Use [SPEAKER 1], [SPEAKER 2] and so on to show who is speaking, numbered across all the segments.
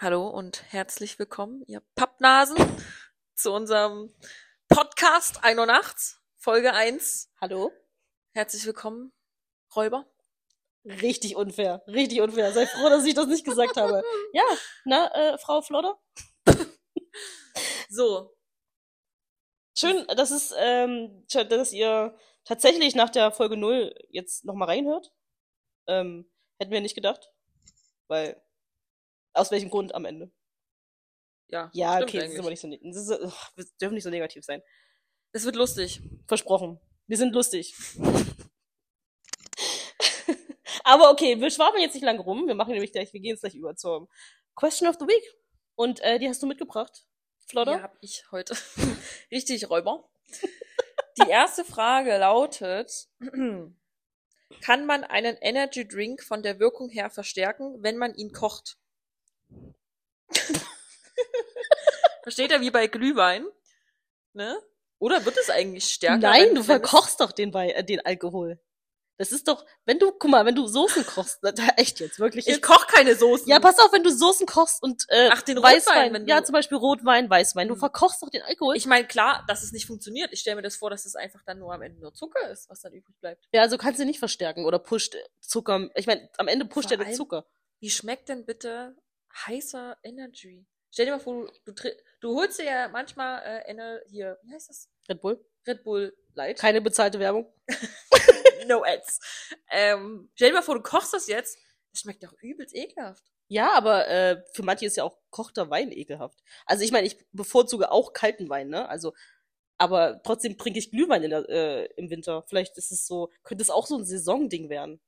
[SPEAKER 1] Hallo und herzlich willkommen, ihr Pappnasen, zu unserem Podcast Ein Uhr nachts, Folge 1.
[SPEAKER 2] Hallo?
[SPEAKER 1] Herzlich willkommen, Räuber.
[SPEAKER 2] Richtig unfair, richtig unfair. Sei froh, dass ich das nicht gesagt habe. Ja, na, äh, Frau Flodder?
[SPEAKER 1] So,
[SPEAKER 2] Schön, dass es, ähm, schön, dass ihr tatsächlich nach der Folge 0 jetzt nochmal reinhört. Ähm, hätten wir nicht gedacht. Weil, aus welchem Grund am Ende?
[SPEAKER 1] ja.
[SPEAKER 2] Ja,
[SPEAKER 1] stimmt
[SPEAKER 2] okay, das ist
[SPEAKER 1] eigentlich.
[SPEAKER 2] aber nicht so, ne- das ist, ach, wir dürfen nicht so negativ sein.
[SPEAKER 1] Es wird lustig.
[SPEAKER 2] Versprochen. Wir sind lustig. Aber okay, wir schwafeln jetzt nicht lange rum. Wir machen nämlich gleich, wir gehen jetzt gleich über zur Question of the Week. Und äh, die hast du mitgebracht,
[SPEAKER 1] Hier
[SPEAKER 2] Flodder?
[SPEAKER 1] habe ich heute. Richtig, Räuber. Die erste Frage lautet, kann man einen Energy Drink von der Wirkung her verstärken, wenn man ihn kocht? Versteht er wie bei Glühwein? Ne? Oder wird es eigentlich stärker?
[SPEAKER 2] Nein,
[SPEAKER 1] wenn-
[SPEAKER 2] du
[SPEAKER 1] wenn es-
[SPEAKER 2] verkochst doch den, Wei- äh, den Alkohol. Das ist doch, wenn du, guck mal, wenn du Soßen kochst, na, echt jetzt, wirklich
[SPEAKER 1] Ich
[SPEAKER 2] jetzt.
[SPEAKER 1] koche keine Soßen.
[SPEAKER 2] Ja, pass auf, wenn du Soßen kochst und äh,
[SPEAKER 1] Ach, den Rotwein, wenn du-
[SPEAKER 2] ja, zum Beispiel Rotwein, Weißwein, du
[SPEAKER 1] Hm.
[SPEAKER 2] verkochst doch den Alkohol.
[SPEAKER 1] ich meine, klar, dass es nicht funktioniert. Ich stelle mir das vor, dass es einfach dann nur am Ende nur Zucker ist, was dann übrig bleibt.
[SPEAKER 2] ja, also kannst du nicht verstärken oder pusht Zucker. Ich meine, am Ende pusht
[SPEAKER 1] Vor
[SPEAKER 2] ja der
[SPEAKER 1] allem-
[SPEAKER 2] Zucker.
[SPEAKER 1] Wie schmeckt denn bitte heißer Energy? Stell dir mal vor, du, du, tri- du holst dir ja manchmal äh, Ener hier, wie heißt das?
[SPEAKER 2] Red Bull.
[SPEAKER 1] Red Bull Light.
[SPEAKER 2] Keine bezahlte Werbung.
[SPEAKER 1] no ads. Ähm, stell dir mal vor, du kochst das jetzt. Das schmeckt doch übelst ekelhaft.
[SPEAKER 2] Ja, aber äh, für manche ist ja auch kochter Wein ekelhaft. Also ich meine, ich bevorzuge auch kalten Wein, ne? Also, aber trotzdem trinke ich Glühwein in der, äh, im Winter. Vielleicht ist es so, könnte es auch so ein Saisonding werden.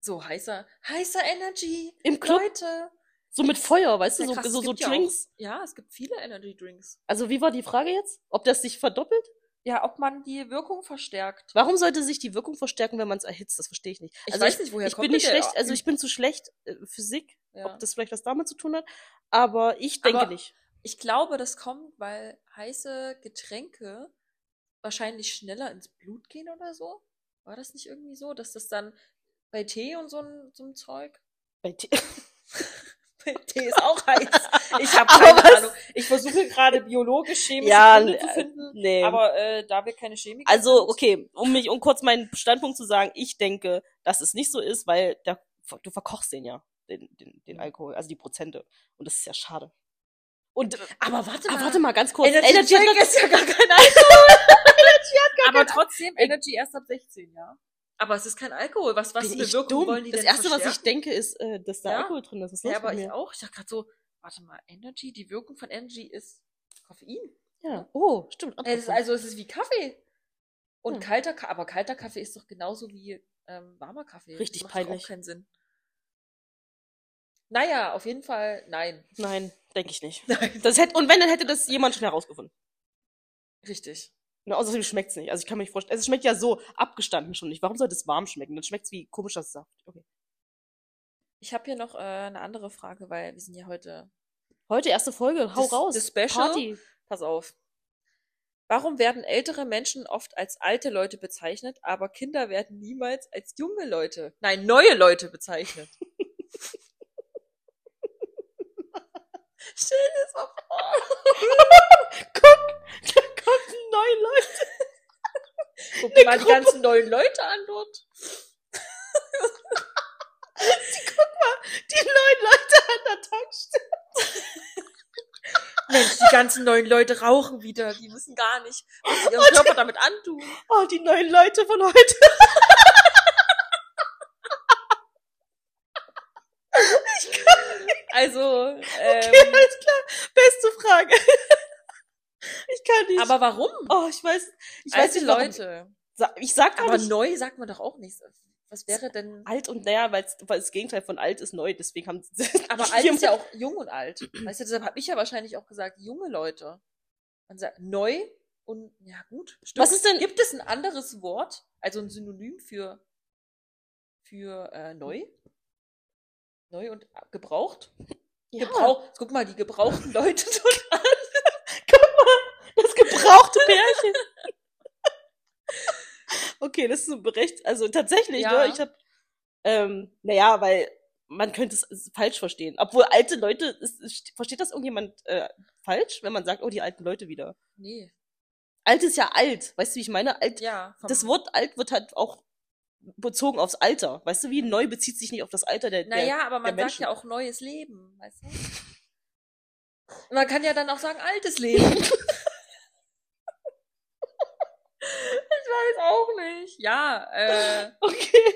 [SPEAKER 1] So heißer, heißer Energy.
[SPEAKER 2] Im Club,
[SPEAKER 1] Leute.
[SPEAKER 2] so mit Feuer, weißt du,
[SPEAKER 1] Ja,
[SPEAKER 2] so,
[SPEAKER 1] krass, es
[SPEAKER 2] so, so
[SPEAKER 1] gibt ja auch-
[SPEAKER 2] Drinks.
[SPEAKER 1] Ja, es gibt viele Energy Drinks.
[SPEAKER 2] Also wie war die Frage jetzt? Ob das sich verdoppelt?
[SPEAKER 1] Ja, ob man die Wirkung verstärkt.
[SPEAKER 2] Warum sollte sich die Wirkung verstärken, wenn man es erhitzt? Das verstehe ich nicht.
[SPEAKER 1] Ich
[SPEAKER 2] also
[SPEAKER 1] weiß
[SPEAKER 2] ich,
[SPEAKER 1] nicht, woher
[SPEAKER 2] ich
[SPEAKER 1] kommt
[SPEAKER 2] bin nicht
[SPEAKER 1] der?
[SPEAKER 2] schlecht, also ich bin zu schlecht äh, Physik,
[SPEAKER 1] ja.
[SPEAKER 2] ob das vielleicht was damit zu tun hat, aber ich denke
[SPEAKER 1] Aber-
[SPEAKER 2] nicht.
[SPEAKER 1] Ich glaube, das kommt, weil heiße Getränke wahrscheinlich schneller ins Blut gehen oder so. War das nicht irgendwie so, dass das dann bei Tee und so ein, so ein Zeug?
[SPEAKER 2] Bei Tee-
[SPEAKER 1] Bei Tee ist auch heiß. Ich habe
[SPEAKER 2] Aber
[SPEAKER 1] keine
[SPEAKER 2] was?
[SPEAKER 1] Ahnung. Ich versuche gerade biologisch chemische
[SPEAKER 2] Ja,
[SPEAKER 1] Gründe zu
[SPEAKER 2] äh,
[SPEAKER 1] finden,
[SPEAKER 2] nee.
[SPEAKER 1] aber äh, da wir keine Chemiker
[SPEAKER 2] Also,
[SPEAKER 1] sind,
[SPEAKER 2] okay, um mich, um kurz meinen Standpunkt zu sagen, ich denke, dass es nicht so ist, weil da, du verkochst den ja, den, den, den
[SPEAKER 1] Mhm.
[SPEAKER 2] Alkohol, also die Prozente. Und das ist ja schade. Und, äh,
[SPEAKER 1] aber warte
[SPEAKER 2] ah,
[SPEAKER 1] mal.
[SPEAKER 2] warte mal, ganz kurz.
[SPEAKER 1] Energy, Drink ist ja gar kein Alkohol. aber trotzdem Energy erst ab 16, ja. Aber es ist kein Alkohol. Was was
[SPEAKER 2] bin
[SPEAKER 1] für eine
[SPEAKER 2] ich
[SPEAKER 1] Wirkung
[SPEAKER 2] dumm.
[SPEAKER 1] wollen die
[SPEAKER 2] Das
[SPEAKER 1] denn
[SPEAKER 2] erste, was
[SPEAKER 1] verstärken?
[SPEAKER 2] ich denke, ist, äh, dass da
[SPEAKER 1] Ja?
[SPEAKER 2] Alkohol drin ist. Was ist los
[SPEAKER 1] Ja, aber
[SPEAKER 2] mit
[SPEAKER 1] ich
[SPEAKER 2] mir?
[SPEAKER 1] auch. Ich dachte gerade so, warte mal, Energy, die Wirkung von Energy ist Koffein.
[SPEAKER 2] Ja. Oh, stimmt.
[SPEAKER 1] Äh, Es ist, also es ist wie Kaffee. Und
[SPEAKER 2] Hm.
[SPEAKER 1] kalter Kaffee, aber kalter Kaffee ist doch genauso wie ähm, warmer Kaffee.
[SPEAKER 2] Richtig
[SPEAKER 1] Macht doch
[SPEAKER 2] peinlich.
[SPEAKER 1] auch keinen Sinn. Naja, auf jeden Fall nein.
[SPEAKER 2] Nein, denke ich nicht.
[SPEAKER 1] Nein.
[SPEAKER 2] Das hätte, und wenn, dann hätte das jemand schon herausgefunden.
[SPEAKER 1] Richtig.
[SPEAKER 2] Und außerdem schmeckt's nicht. Also ich kann mir nicht vorstellen. Es schmeckt ja so abgestanden schon nicht. Warum sollte es warm schmecken? Dann schmeckt's wie komischer Saft. Okay.
[SPEAKER 1] Ich habe hier noch äh, eine andere Frage, weil wir sind ja heute.
[SPEAKER 2] Heute erste Folge. Hau
[SPEAKER 1] Das-
[SPEAKER 2] raus.
[SPEAKER 1] das Special?
[SPEAKER 2] Party.
[SPEAKER 1] Pass auf. Warum werden ältere Menschen oft als alte Leute bezeichnet, aber Kinder werden niemals als junge Leute, nein, neue Leute bezeichnet? Stell dir das mal vor.
[SPEAKER 2] Da kommt ein neuer Leute. Ne,
[SPEAKER 1] Guck dir mal die
[SPEAKER 2] Gruppe.
[SPEAKER 1] ganzen neuen Leute an dort.
[SPEAKER 2] Die neuen Leute an der Tankstelle.
[SPEAKER 1] Mensch, die ganzen neuen Leute rauchen wieder. Die wissen gar nicht, was sie ihrem Körper damit antun.
[SPEAKER 2] Oh, die neuen Leute von heute.
[SPEAKER 1] Also, ähm,
[SPEAKER 2] Okay, alles klar. Beste Frage. Ich kann nicht.
[SPEAKER 1] aber warum?
[SPEAKER 2] oh, ich weiß, ich weiß
[SPEAKER 1] Alte
[SPEAKER 2] nicht, warum.
[SPEAKER 1] Leute.
[SPEAKER 2] Sa- Ich sag gar
[SPEAKER 1] Aber
[SPEAKER 2] nicht
[SPEAKER 1] neu sagt man doch auch nicht. Was wäre denn?
[SPEAKER 2] alt und naja, weil's, weil das Gegenteil von alt ist neu, deswegen haben
[SPEAKER 1] Aber alt ist ja auch jung und alt. Weißt du, deshalb habe ich ja wahrscheinlich auch gesagt, junge Leute. Man sagt neu und ja gut. Stimmt.
[SPEAKER 2] Was ist denn-
[SPEAKER 1] Gibt es ein anderes Wort, also ein Synonym für für äh, neu? Neu und ab- gebraucht?
[SPEAKER 2] ja,
[SPEAKER 1] Gebrauch. Guck mal, die gebrauchten Leute.
[SPEAKER 2] das gebrauchte Pärchen. okay, das ist so berecht. Also tatsächlich,
[SPEAKER 1] Ja.
[SPEAKER 2] ne? Ich hab, ähm, naja, weil man könnte es falsch verstehen. Obwohl alte Leute, es, es, versteht das irgendjemand äh, falsch, wenn man sagt, oh, die alten Leute wieder?
[SPEAKER 1] Nee.
[SPEAKER 2] Alt ist ja alt, weißt du, wie ich meine? Alt,
[SPEAKER 1] Ja. vom-
[SPEAKER 2] das Wort alt wird halt auch bezogen aufs Alter. Weißt du, wie neu bezieht sich nicht auf das Alter der, der
[SPEAKER 1] Naja, aber man
[SPEAKER 2] der
[SPEAKER 1] sagt ja auch neues Leben, weißt du? Man kann ja dann auch sagen, altes Leben. ich weiß auch nicht. Ja, äh,
[SPEAKER 2] Okay.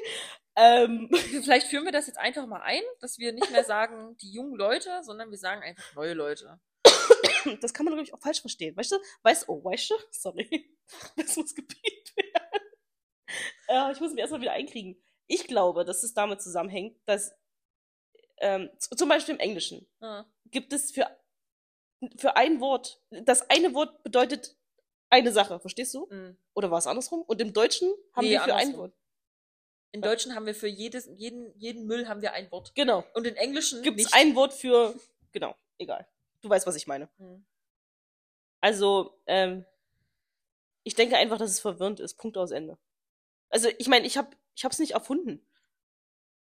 [SPEAKER 2] Ähm,
[SPEAKER 1] vielleicht führen wir das jetzt einfach mal ein, dass wir nicht mehr sagen, die jungen Leute, sondern wir sagen einfach neue Leute.
[SPEAKER 2] das kann man, glaube ich, auch falsch verstehen. Weißt du? Weißt du? Oh, weißt du? Sorry. Das muss gepiept werden. Äh, ich muss mich erstmal wieder einkriegen. Ich glaube, dass es damit zusammenhängt, dass ähm, z- zum Beispiel im Englischen
[SPEAKER 1] Ja.
[SPEAKER 2] gibt es für, für ein Wort, das eine Wort bedeutet eine Sache, verstehst du?
[SPEAKER 1] Mhm.
[SPEAKER 2] Oder war es andersrum? Und im Deutschen haben
[SPEAKER 1] Nee,
[SPEAKER 2] wir für ein
[SPEAKER 1] andersrum.
[SPEAKER 2] Wort.
[SPEAKER 1] In Deutschen haben wir für jedes, jeden, jeden Müll haben wir ein Wort.
[SPEAKER 2] Genau.
[SPEAKER 1] Und in Englischen
[SPEAKER 2] Gibt es
[SPEAKER 1] nicht.
[SPEAKER 2] ein Wort für, genau, egal. Du weißt, was ich meine.
[SPEAKER 1] Mhm.
[SPEAKER 2] Also, ähm, ich denke einfach, dass es verwirrend ist. Punkt aus Ende. Also, ich meine, ich habe ich hab's nicht erfunden.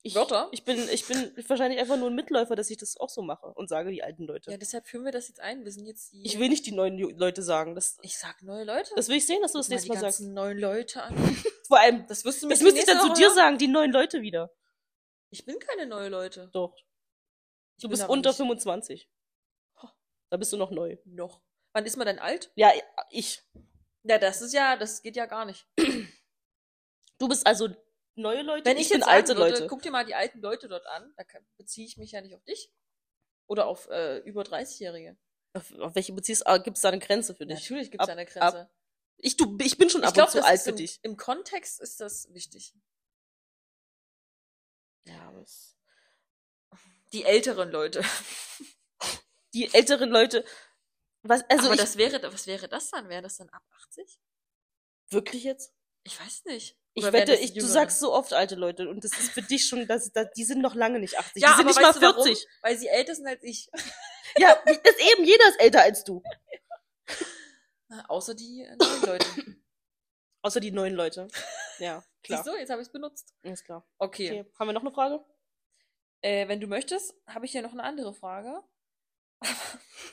[SPEAKER 2] Ich,
[SPEAKER 1] Wörter?
[SPEAKER 2] Ich bin, ich bin wahrscheinlich einfach nur ein Mitläufer, dass ich das auch so mache und sage, die alten Leute.
[SPEAKER 1] Ja, deshalb führen wir das jetzt ein. Wir sind jetzt die.
[SPEAKER 2] Ich will nicht die neuen Ju- Leute sagen. Das,
[SPEAKER 1] ich sag neue Leute.
[SPEAKER 2] das will ich sehen, dass du das
[SPEAKER 1] Guck mal
[SPEAKER 2] nächste Mal
[SPEAKER 1] die
[SPEAKER 2] sagst.
[SPEAKER 1] ganzen neuen Leute an.
[SPEAKER 2] Vor allem,
[SPEAKER 1] Das wirst du mir
[SPEAKER 2] das
[SPEAKER 1] die
[SPEAKER 2] müsste ich
[SPEAKER 1] nächste
[SPEAKER 2] dann zu
[SPEAKER 1] Woche
[SPEAKER 2] dir
[SPEAKER 1] sagen.
[SPEAKER 2] sagen, die neuen Leute wieder.
[SPEAKER 1] Ich bin keine neue Leute.
[SPEAKER 2] Doch.
[SPEAKER 1] bin
[SPEAKER 2] Du bist
[SPEAKER 1] aber
[SPEAKER 2] unter
[SPEAKER 1] nicht-
[SPEAKER 2] 25. Da bist du noch neu.
[SPEAKER 1] Noch. Wann ist man denn alt?
[SPEAKER 2] Ja, ich.
[SPEAKER 1] Ja, das ist ja, das geht ja gar nicht.
[SPEAKER 2] Du bist also neue Leute,
[SPEAKER 1] Wenn ich,
[SPEAKER 2] bin
[SPEAKER 1] jetzt
[SPEAKER 2] alte
[SPEAKER 1] sagen würde,
[SPEAKER 2] Leute.
[SPEAKER 1] guck dir mal die alten Leute dort an, da kann- beziehe ich mich ja nicht auf dich. Oder auf äh, über 30-Jährige.
[SPEAKER 2] Auf, auf welche beziehst du? Gibt es da eine Grenze für dich?
[SPEAKER 1] Natürlich gibt es
[SPEAKER 2] Ab-
[SPEAKER 1] da eine Grenze.
[SPEAKER 2] Ich, du, ich bin schon ab
[SPEAKER 1] ich glaube,
[SPEAKER 2] und zu
[SPEAKER 1] das
[SPEAKER 2] alt
[SPEAKER 1] ist
[SPEAKER 2] für
[SPEAKER 1] im,
[SPEAKER 2] dich.
[SPEAKER 1] im Kontext ist das wichtig.
[SPEAKER 2] Ja, aber es-
[SPEAKER 1] Die älteren Leute.
[SPEAKER 2] die älteren Leute, was, also
[SPEAKER 1] Aber
[SPEAKER 2] ich,
[SPEAKER 1] das wäre, was wäre das dann? Wäre das dann ab 80?
[SPEAKER 2] wirklich jetzt?
[SPEAKER 1] Ich weiß nicht.
[SPEAKER 2] Ich
[SPEAKER 1] Oder wären
[SPEAKER 2] wette,
[SPEAKER 1] das die
[SPEAKER 2] ich, du
[SPEAKER 1] Jüngeren?
[SPEAKER 2] sagst so oft alte Leute und das ist für dich schon, dass, dass, die sind noch lange nicht 80,
[SPEAKER 1] ja,
[SPEAKER 2] die sind
[SPEAKER 1] aber
[SPEAKER 2] nicht mal
[SPEAKER 1] weißt du
[SPEAKER 2] 40.
[SPEAKER 1] Warum? Weil sie älter sind als ich.
[SPEAKER 2] Ja, die- das eben, jeder ist älter als du.
[SPEAKER 1] Na, Außer die äh, neuen Leute.
[SPEAKER 2] Außer die neuen Leute. Ja, klar.
[SPEAKER 1] Siehst du, jetzt habe ich es benutzt.
[SPEAKER 2] Ist klar.
[SPEAKER 1] Okay.
[SPEAKER 2] Okay, haben wir noch eine Frage?
[SPEAKER 1] Äh, wenn du möchtest, habe ich hier noch eine andere Frage. Aber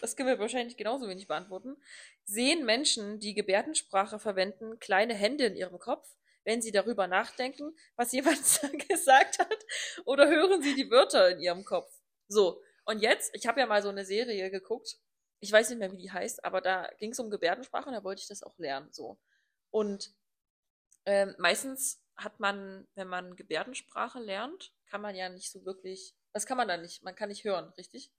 [SPEAKER 1] Das können wir wahrscheinlich genauso wenig beantworten. Sehen Menschen, die Gebärdensprache verwenden, kleine Hände in ihrem Kopf, wenn sie darüber nachdenken, was jemand gesagt hat? Oder hören sie die Wörter in ihrem Kopf? So, und jetzt, ich habe ja mal so eine Serie geguckt. Ich weiß nicht mehr, wie die heißt, aber da ging es um Gebärdensprache und da wollte ich das auch lernen. So. Und ähm, meistens hat man, wenn man Gebärdensprache lernt, kann man ja nicht so wirklich, das kann man da nicht, man kann nicht hören, richtig?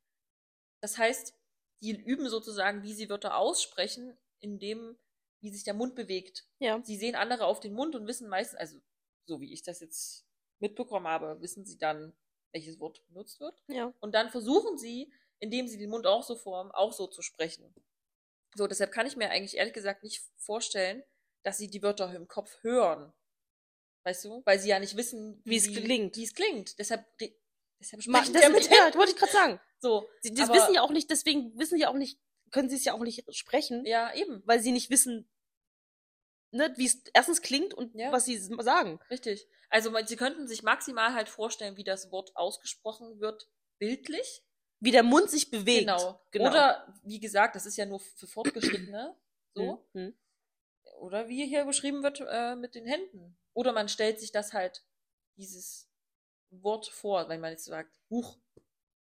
[SPEAKER 1] Das heißt, die üben sozusagen, wie sie Wörter aussprechen, indem, wie sich der Mund bewegt.
[SPEAKER 2] Ja.
[SPEAKER 1] Sie sehen andere auf den Mund und wissen meistens, also so wie ich das jetzt mitbekommen habe, wissen sie dann, welches Wort benutzt wird.
[SPEAKER 2] Ja.
[SPEAKER 1] Und dann versuchen sie, indem sie den Mund auch so formen, auch so zu sprechen. So, deshalb kann ich mir eigentlich ehrlich gesagt nicht vorstellen, dass sie die Wörter im Kopf hören. Weißt du? Weil sie ja nicht wissen,
[SPEAKER 2] Wie es
[SPEAKER 1] sie-
[SPEAKER 2] klingt.
[SPEAKER 1] Wie es klingt. Deshalb, re- deshalb
[SPEAKER 2] Mach
[SPEAKER 1] sprechen
[SPEAKER 2] das
[SPEAKER 1] sie ja
[SPEAKER 2] mit,
[SPEAKER 1] mit
[SPEAKER 2] ja, das wollte ich gerade sagen.
[SPEAKER 1] So.
[SPEAKER 2] Sie, das
[SPEAKER 1] Aber-
[SPEAKER 2] wissen ja auch nicht, deswegen wissen sie auch nicht, können sie es ja auch nicht sprechen.
[SPEAKER 1] Ja, eben.
[SPEAKER 2] weil sie nicht wissen, ne, wie es erstens klingt und
[SPEAKER 1] Ja.
[SPEAKER 2] was sie s- sagen.
[SPEAKER 1] Richtig. Also, man- sie könnten sich maximal halt vorstellen, wie das Wort ausgesprochen wird, bildlich.
[SPEAKER 2] Wie der Mund sich bewegt.
[SPEAKER 1] Genau.
[SPEAKER 2] genau.
[SPEAKER 1] Oder, wie gesagt, das ist ja nur für Fortgeschrittene. So.
[SPEAKER 2] So. Hm.
[SPEAKER 1] oder wie hier geschrieben wird, äh, mit den Händen. Oder man stellt sich das halt, dieses Wort vor, wenn man jetzt sagt Buch,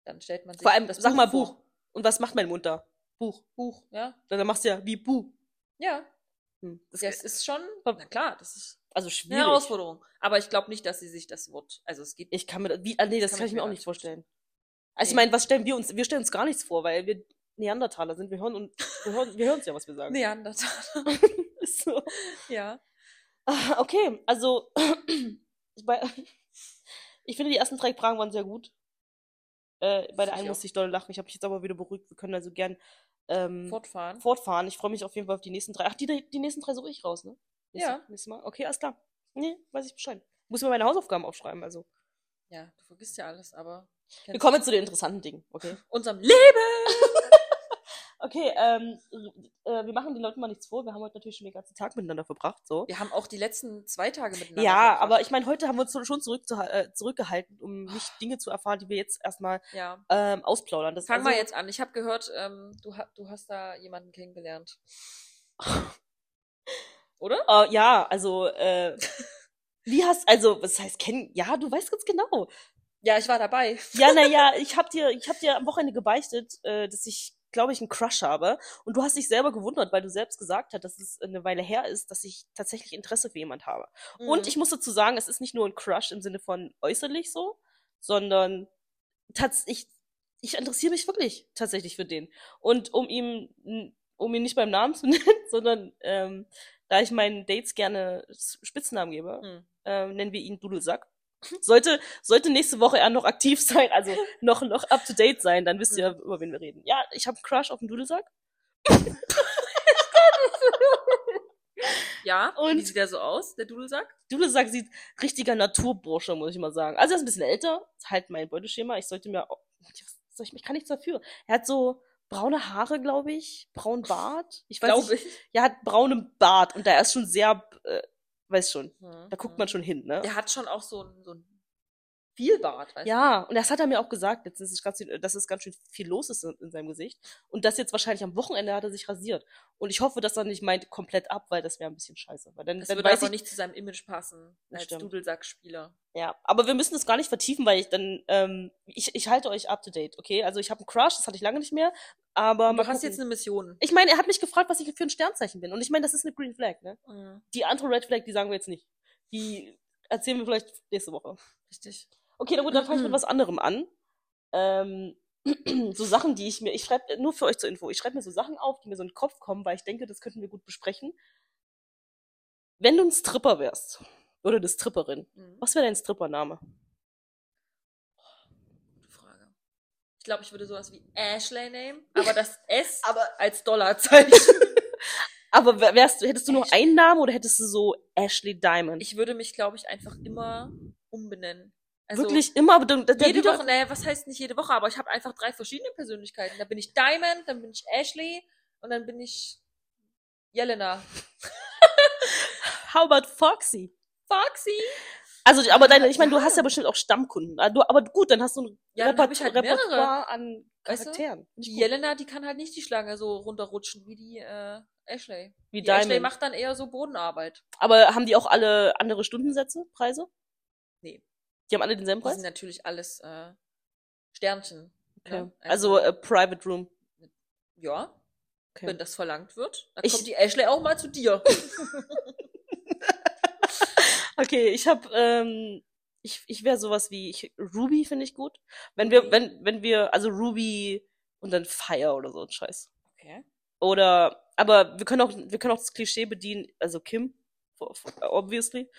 [SPEAKER 1] dann stellt man sich
[SPEAKER 2] Vor allem,
[SPEAKER 1] das
[SPEAKER 2] sag mal
[SPEAKER 1] vor.
[SPEAKER 2] Buch. Und was macht mein Mund da? Buch.
[SPEAKER 1] Buch, ja.
[SPEAKER 2] Dann machst du ja wie Bu.
[SPEAKER 1] Ja,
[SPEAKER 2] Hm. Das
[SPEAKER 1] das
[SPEAKER 2] ist
[SPEAKER 1] ist schon, na klar, das ist
[SPEAKER 2] also
[SPEAKER 1] eine
[SPEAKER 2] schwierig.
[SPEAKER 1] Herausforderung. Aber ich glaube nicht, dass sie sich das Wort, also es geht,
[SPEAKER 2] Ich kann mir das, wie, ah, nee, das kann, ich mir auch
[SPEAKER 1] gar
[SPEAKER 2] nicht
[SPEAKER 1] nicht
[SPEAKER 2] vorstellen. Also ich
[SPEAKER 1] Nee.
[SPEAKER 2] meine, was stellen wir uns? Wir stellen uns gar nichts vor, weil wir Neandertaler sind. Wir hören und wir hören, wir hören's ja, was wir sagen.
[SPEAKER 1] Neandertaler,
[SPEAKER 2] So.
[SPEAKER 1] ja.
[SPEAKER 2] Ah, Okay, also ich, bei, ich finde, die ersten drei Fragen waren sehr gut. Äh, bei der
[SPEAKER 1] Ich
[SPEAKER 2] einen
[SPEAKER 1] auch.
[SPEAKER 2] musste ich doll lachen. Ich habe mich jetzt aber wieder beruhigt. Wir können also gern ähm,
[SPEAKER 1] Fortfahren.
[SPEAKER 2] fortfahren. Ich freue mich auf jeden Fall auf die nächsten drei. Ach, die, die nächsten drei suche ich raus, ne? Nächste-
[SPEAKER 1] Ja.
[SPEAKER 2] Nächstes Mal. Okay, alles klar. Nee, weiß ich Bescheid. Muss mir meine Hausaufgaben aufschreiben. Also,
[SPEAKER 1] Ja, du vergisst ja alles, aber
[SPEAKER 2] wir kommen jetzt zu den interessanten Dingen, okay?
[SPEAKER 1] unserem Leben!
[SPEAKER 2] Okay, ähm, äh, wir machen den Leuten mal nichts vor. Wir haben heute natürlich schon den ganzen Tag miteinander verbracht, so.
[SPEAKER 1] Wir haben auch die letzten zwei Tage miteinander.
[SPEAKER 2] Ja,
[SPEAKER 1] verbracht.
[SPEAKER 2] aber ich meine, heute haben wir uns so- schon zurückzuha- äh, zurückgehalten, um nicht
[SPEAKER 1] Ah.
[SPEAKER 2] Dinge zu erfahren, die wir jetzt erstmal
[SPEAKER 1] Ja.
[SPEAKER 2] ähm, ausplaudern. Das
[SPEAKER 1] Fang
[SPEAKER 2] also,
[SPEAKER 1] mal jetzt an. Ich habe gehört, ähm, du, ha du hast da jemanden kennengelernt. Oder?
[SPEAKER 2] Äh, ja, also, äh, wie hast, also, was heißt kennen? Ja, du weißt ganz genau.
[SPEAKER 1] Ja, ich war dabei.
[SPEAKER 2] Ja, naja, ich hab dir, ich hab dir am Wochenende gebeichtet, äh, dass ich, glaube ich, einen Crush habe. Und du hast dich selber gewundert, weil du selbst gesagt hast, dass es eine Weile her ist, dass ich tatsächlich Interesse für jemand habe.
[SPEAKER 1] Mhm.
[SPEAKER 2] Und ich muss dazu sagen, es ist nicht nur ein Crush im Sinne von äußerlich so, sondern tats ich, ich interessiere mich wirklich tatsächlich für den. Und um ihm, um ihn nicht beim Namen zu nennen, sondern ähm, da ich meinen Dates gerne S- Spitznamen gebe,
[SPEAKER 1] Mhm.
[SPEAKER 2] ähm, nennen wir ihn Dudelsack. Sollte, sollte nächste Woche er noch aktiv sein, also noch, noch up to date sein, dann wisst ihr, über wen wir reden. Ja, ich habe einen Crush auf den Dudelsack.
[SPEAKER 1] Ja,
[SPEAKER 2] Und-
[SPEAKER 1] wie sieht der so aus, der Dudelsack?
[SPEAKER 2] Dudelsack sieht richtiger Naturbursche, muss ich mal sagen. Also er ist ein bisschen älter, ist halt mein Beuteschema. Ich sollte mir, auch- was soll ich, ich kann nichts dafür. Er hat so braune Haare, glaube ich, braunen Bart. Ich weiß
[SPEAKER 1] Glaube
[SPEAKER 2] nicht.
[SPEAKER 1] ich.
[SPEAKER 2] Ja, hat braunen Bart und da ist schon sehr, äh, weiß schon. Da guckt man schon hin, ne?
[SPEAKER 1] Mhm. Der hat schon auch so ein, so ein Vielbart, weißt
[SPEAKER 2] Ja, und das hat er mir auch gesagt, letztens, dass es ganz schön- dass es ganz schön viel los ist in, in seinem Gesicht. Und das jetzt wahrscheinlich am Wochenende hat er sich rasiert. Und ich hoffe, dass er nicht meint, komplett ab, weil das wäre ein bisschen scheiße. Weil dann,
[SPEAKER 1] du? Das
[SPEAKER 2] dann
[SPEAKER 1] würde
[SPEAKER 2] weiß
[SPEAKER 1] aber
[SPEAKER 2] ich,
[SPEAKER 1] nicht zu seinem Image passen,
[SPEAKER 2] Das
[SPEAKER 1] als
[SPEAKER 2] stimmt.
[SPEAKER 1] Dudelsack-Spieler.
[SPEAKER 2] Ja, aber wir müssen das gar nicht vertiefen, weil ich dann, ähm, ich, ich halte euch up to date, okay? Also ich habe einen Crush, das hatte ich lange nicht mehr, aber
[SPEAKER 1] Du
[SPEAKER 2] mal
[SPEAKER 1] hast
[SPEAKER 2] gucken.
[SPEAKER 1] jetzt eine Mission.
[SPEAKER 2] Ich meine, er hat mich gefragt, was ich für ein Sternzeichen bin. Und ich meine, das ist eine Green Flag, ne?
[SPEAKER 1] Mhm.
[SPEAKER 2] Die andere Red Flag, die sagen wir jetzt nicht. Die erzählen wir vielleicht nächste Woche.
[SPEAKER 1] Richtig.
[SPEAKER 2] Okay, na gut, dann fange ich mit
[SPEAKER 1] Mhm.
[SPEAKER 2] was anderem an. Ähm, so Sachen, die ich mir, ich schreibe nur für euch zur Info, ich schreibe mir so Sachen auf, die mir so in den Kopf kommen, weil ich denke, das könnten wir gut besprechen. Wenn du ein Stripper wärst, oder eine Stripperin,
[SPEAKER 1] Mhm.
[SPEAKER 2] was wäre dein Strippername?
[SPEAKER 1] Gute Frage. Ich glaube, ich würde sowas wie Ashley nehmen, aber das S als Dollarzeichen.
[SPEAKER 2] Aber wär- wärst, du- hättest du nur
[SPEAKER 1] Ashley.
[SPEAKER 2] einen Namen oder hättest du so Ashley Diamond?
[SPEAKER 1] Ich würde mich, glaube ich, einfach immer umbenennen. Also
[SPEAKER 2] Wirklich immer, aber dann, dann
[SPEAKER 1] jede
[SPEAKER 2] wieder-
[SPEAKER 1] Woche, naja, was heißt nicht jede Woche, aber ich habe einfach drei verschiedene Persönlichkeiten. Da bin ich Diamond, dann bin ich Ashley und dann bin ich Jelena.
[SPEAKER 2] How about Foxy?
[SPEAKER 1] Foxy!
[SPEAKER 2] Also, aber deine, ich meine, du hast ja bestimmt auch Stammkunden. Ah, Du, aber gut, dann hast du ein
[SPEAKER 1] Ja, dann hab ich halt mehrere.
[SPEAKER 2] Repertoire an
[SPEAKER 1] Weißt du?
[SPEAKER 2] Charakteren. Finde ich
[SPEAKER 1] Die
[SPEAKER 2] gut.
[SPEAKER 1] Jelena, die kann halt nicht die Schlange so runterrutschen wie die äh, Ashley.
[SPEAKER 2] Wie
[SPEAKER 1] Die Ashley
[SPEAKER 2] Diamond.
[SPEAKER 1] macht dann eher so Bodenarbeit.
[SPEAKER 2] Aber haben die auch alle andere Stundensätze, Preise?
[SPEAKER 1] Nee.
[SPEAKER 2] Die haben alle denselben
[SPEAKER 1] Die sind
[SPEAKER 2] Preis?
[SPEAKER 1] natürlich alles äh, Sternchen.
[SPEAKER 2] Okay.
[SPEAKER 1] ne?
[SPEAKER 2] Also äh, Private Room.
[SPEAKER 1] ja,
[SPEAKER 2] Okay.
[SPEAKER 1] wenn das verlangt wird, dann
[SPEAKER 2] Ich-
[SPEAKER 1] kommt die Ashley auch mal zu dir.
[SPEAKER 2] Okay, ich habe, ähm, ich, ich wäre sowas wie ich, Ruby finde ich gut. Wenn wir,
[SPEAKER 1] Ruby.
[SPEAKER 2] wenn, wenn wir, also Ruby und dann Fire oder so ein Scheiß.
[SPEAKER 1] Okay.
[SPEAKER 2] Oder, aber wir können auch, wir können auch das Klischee bedienen, also Kim, obviously.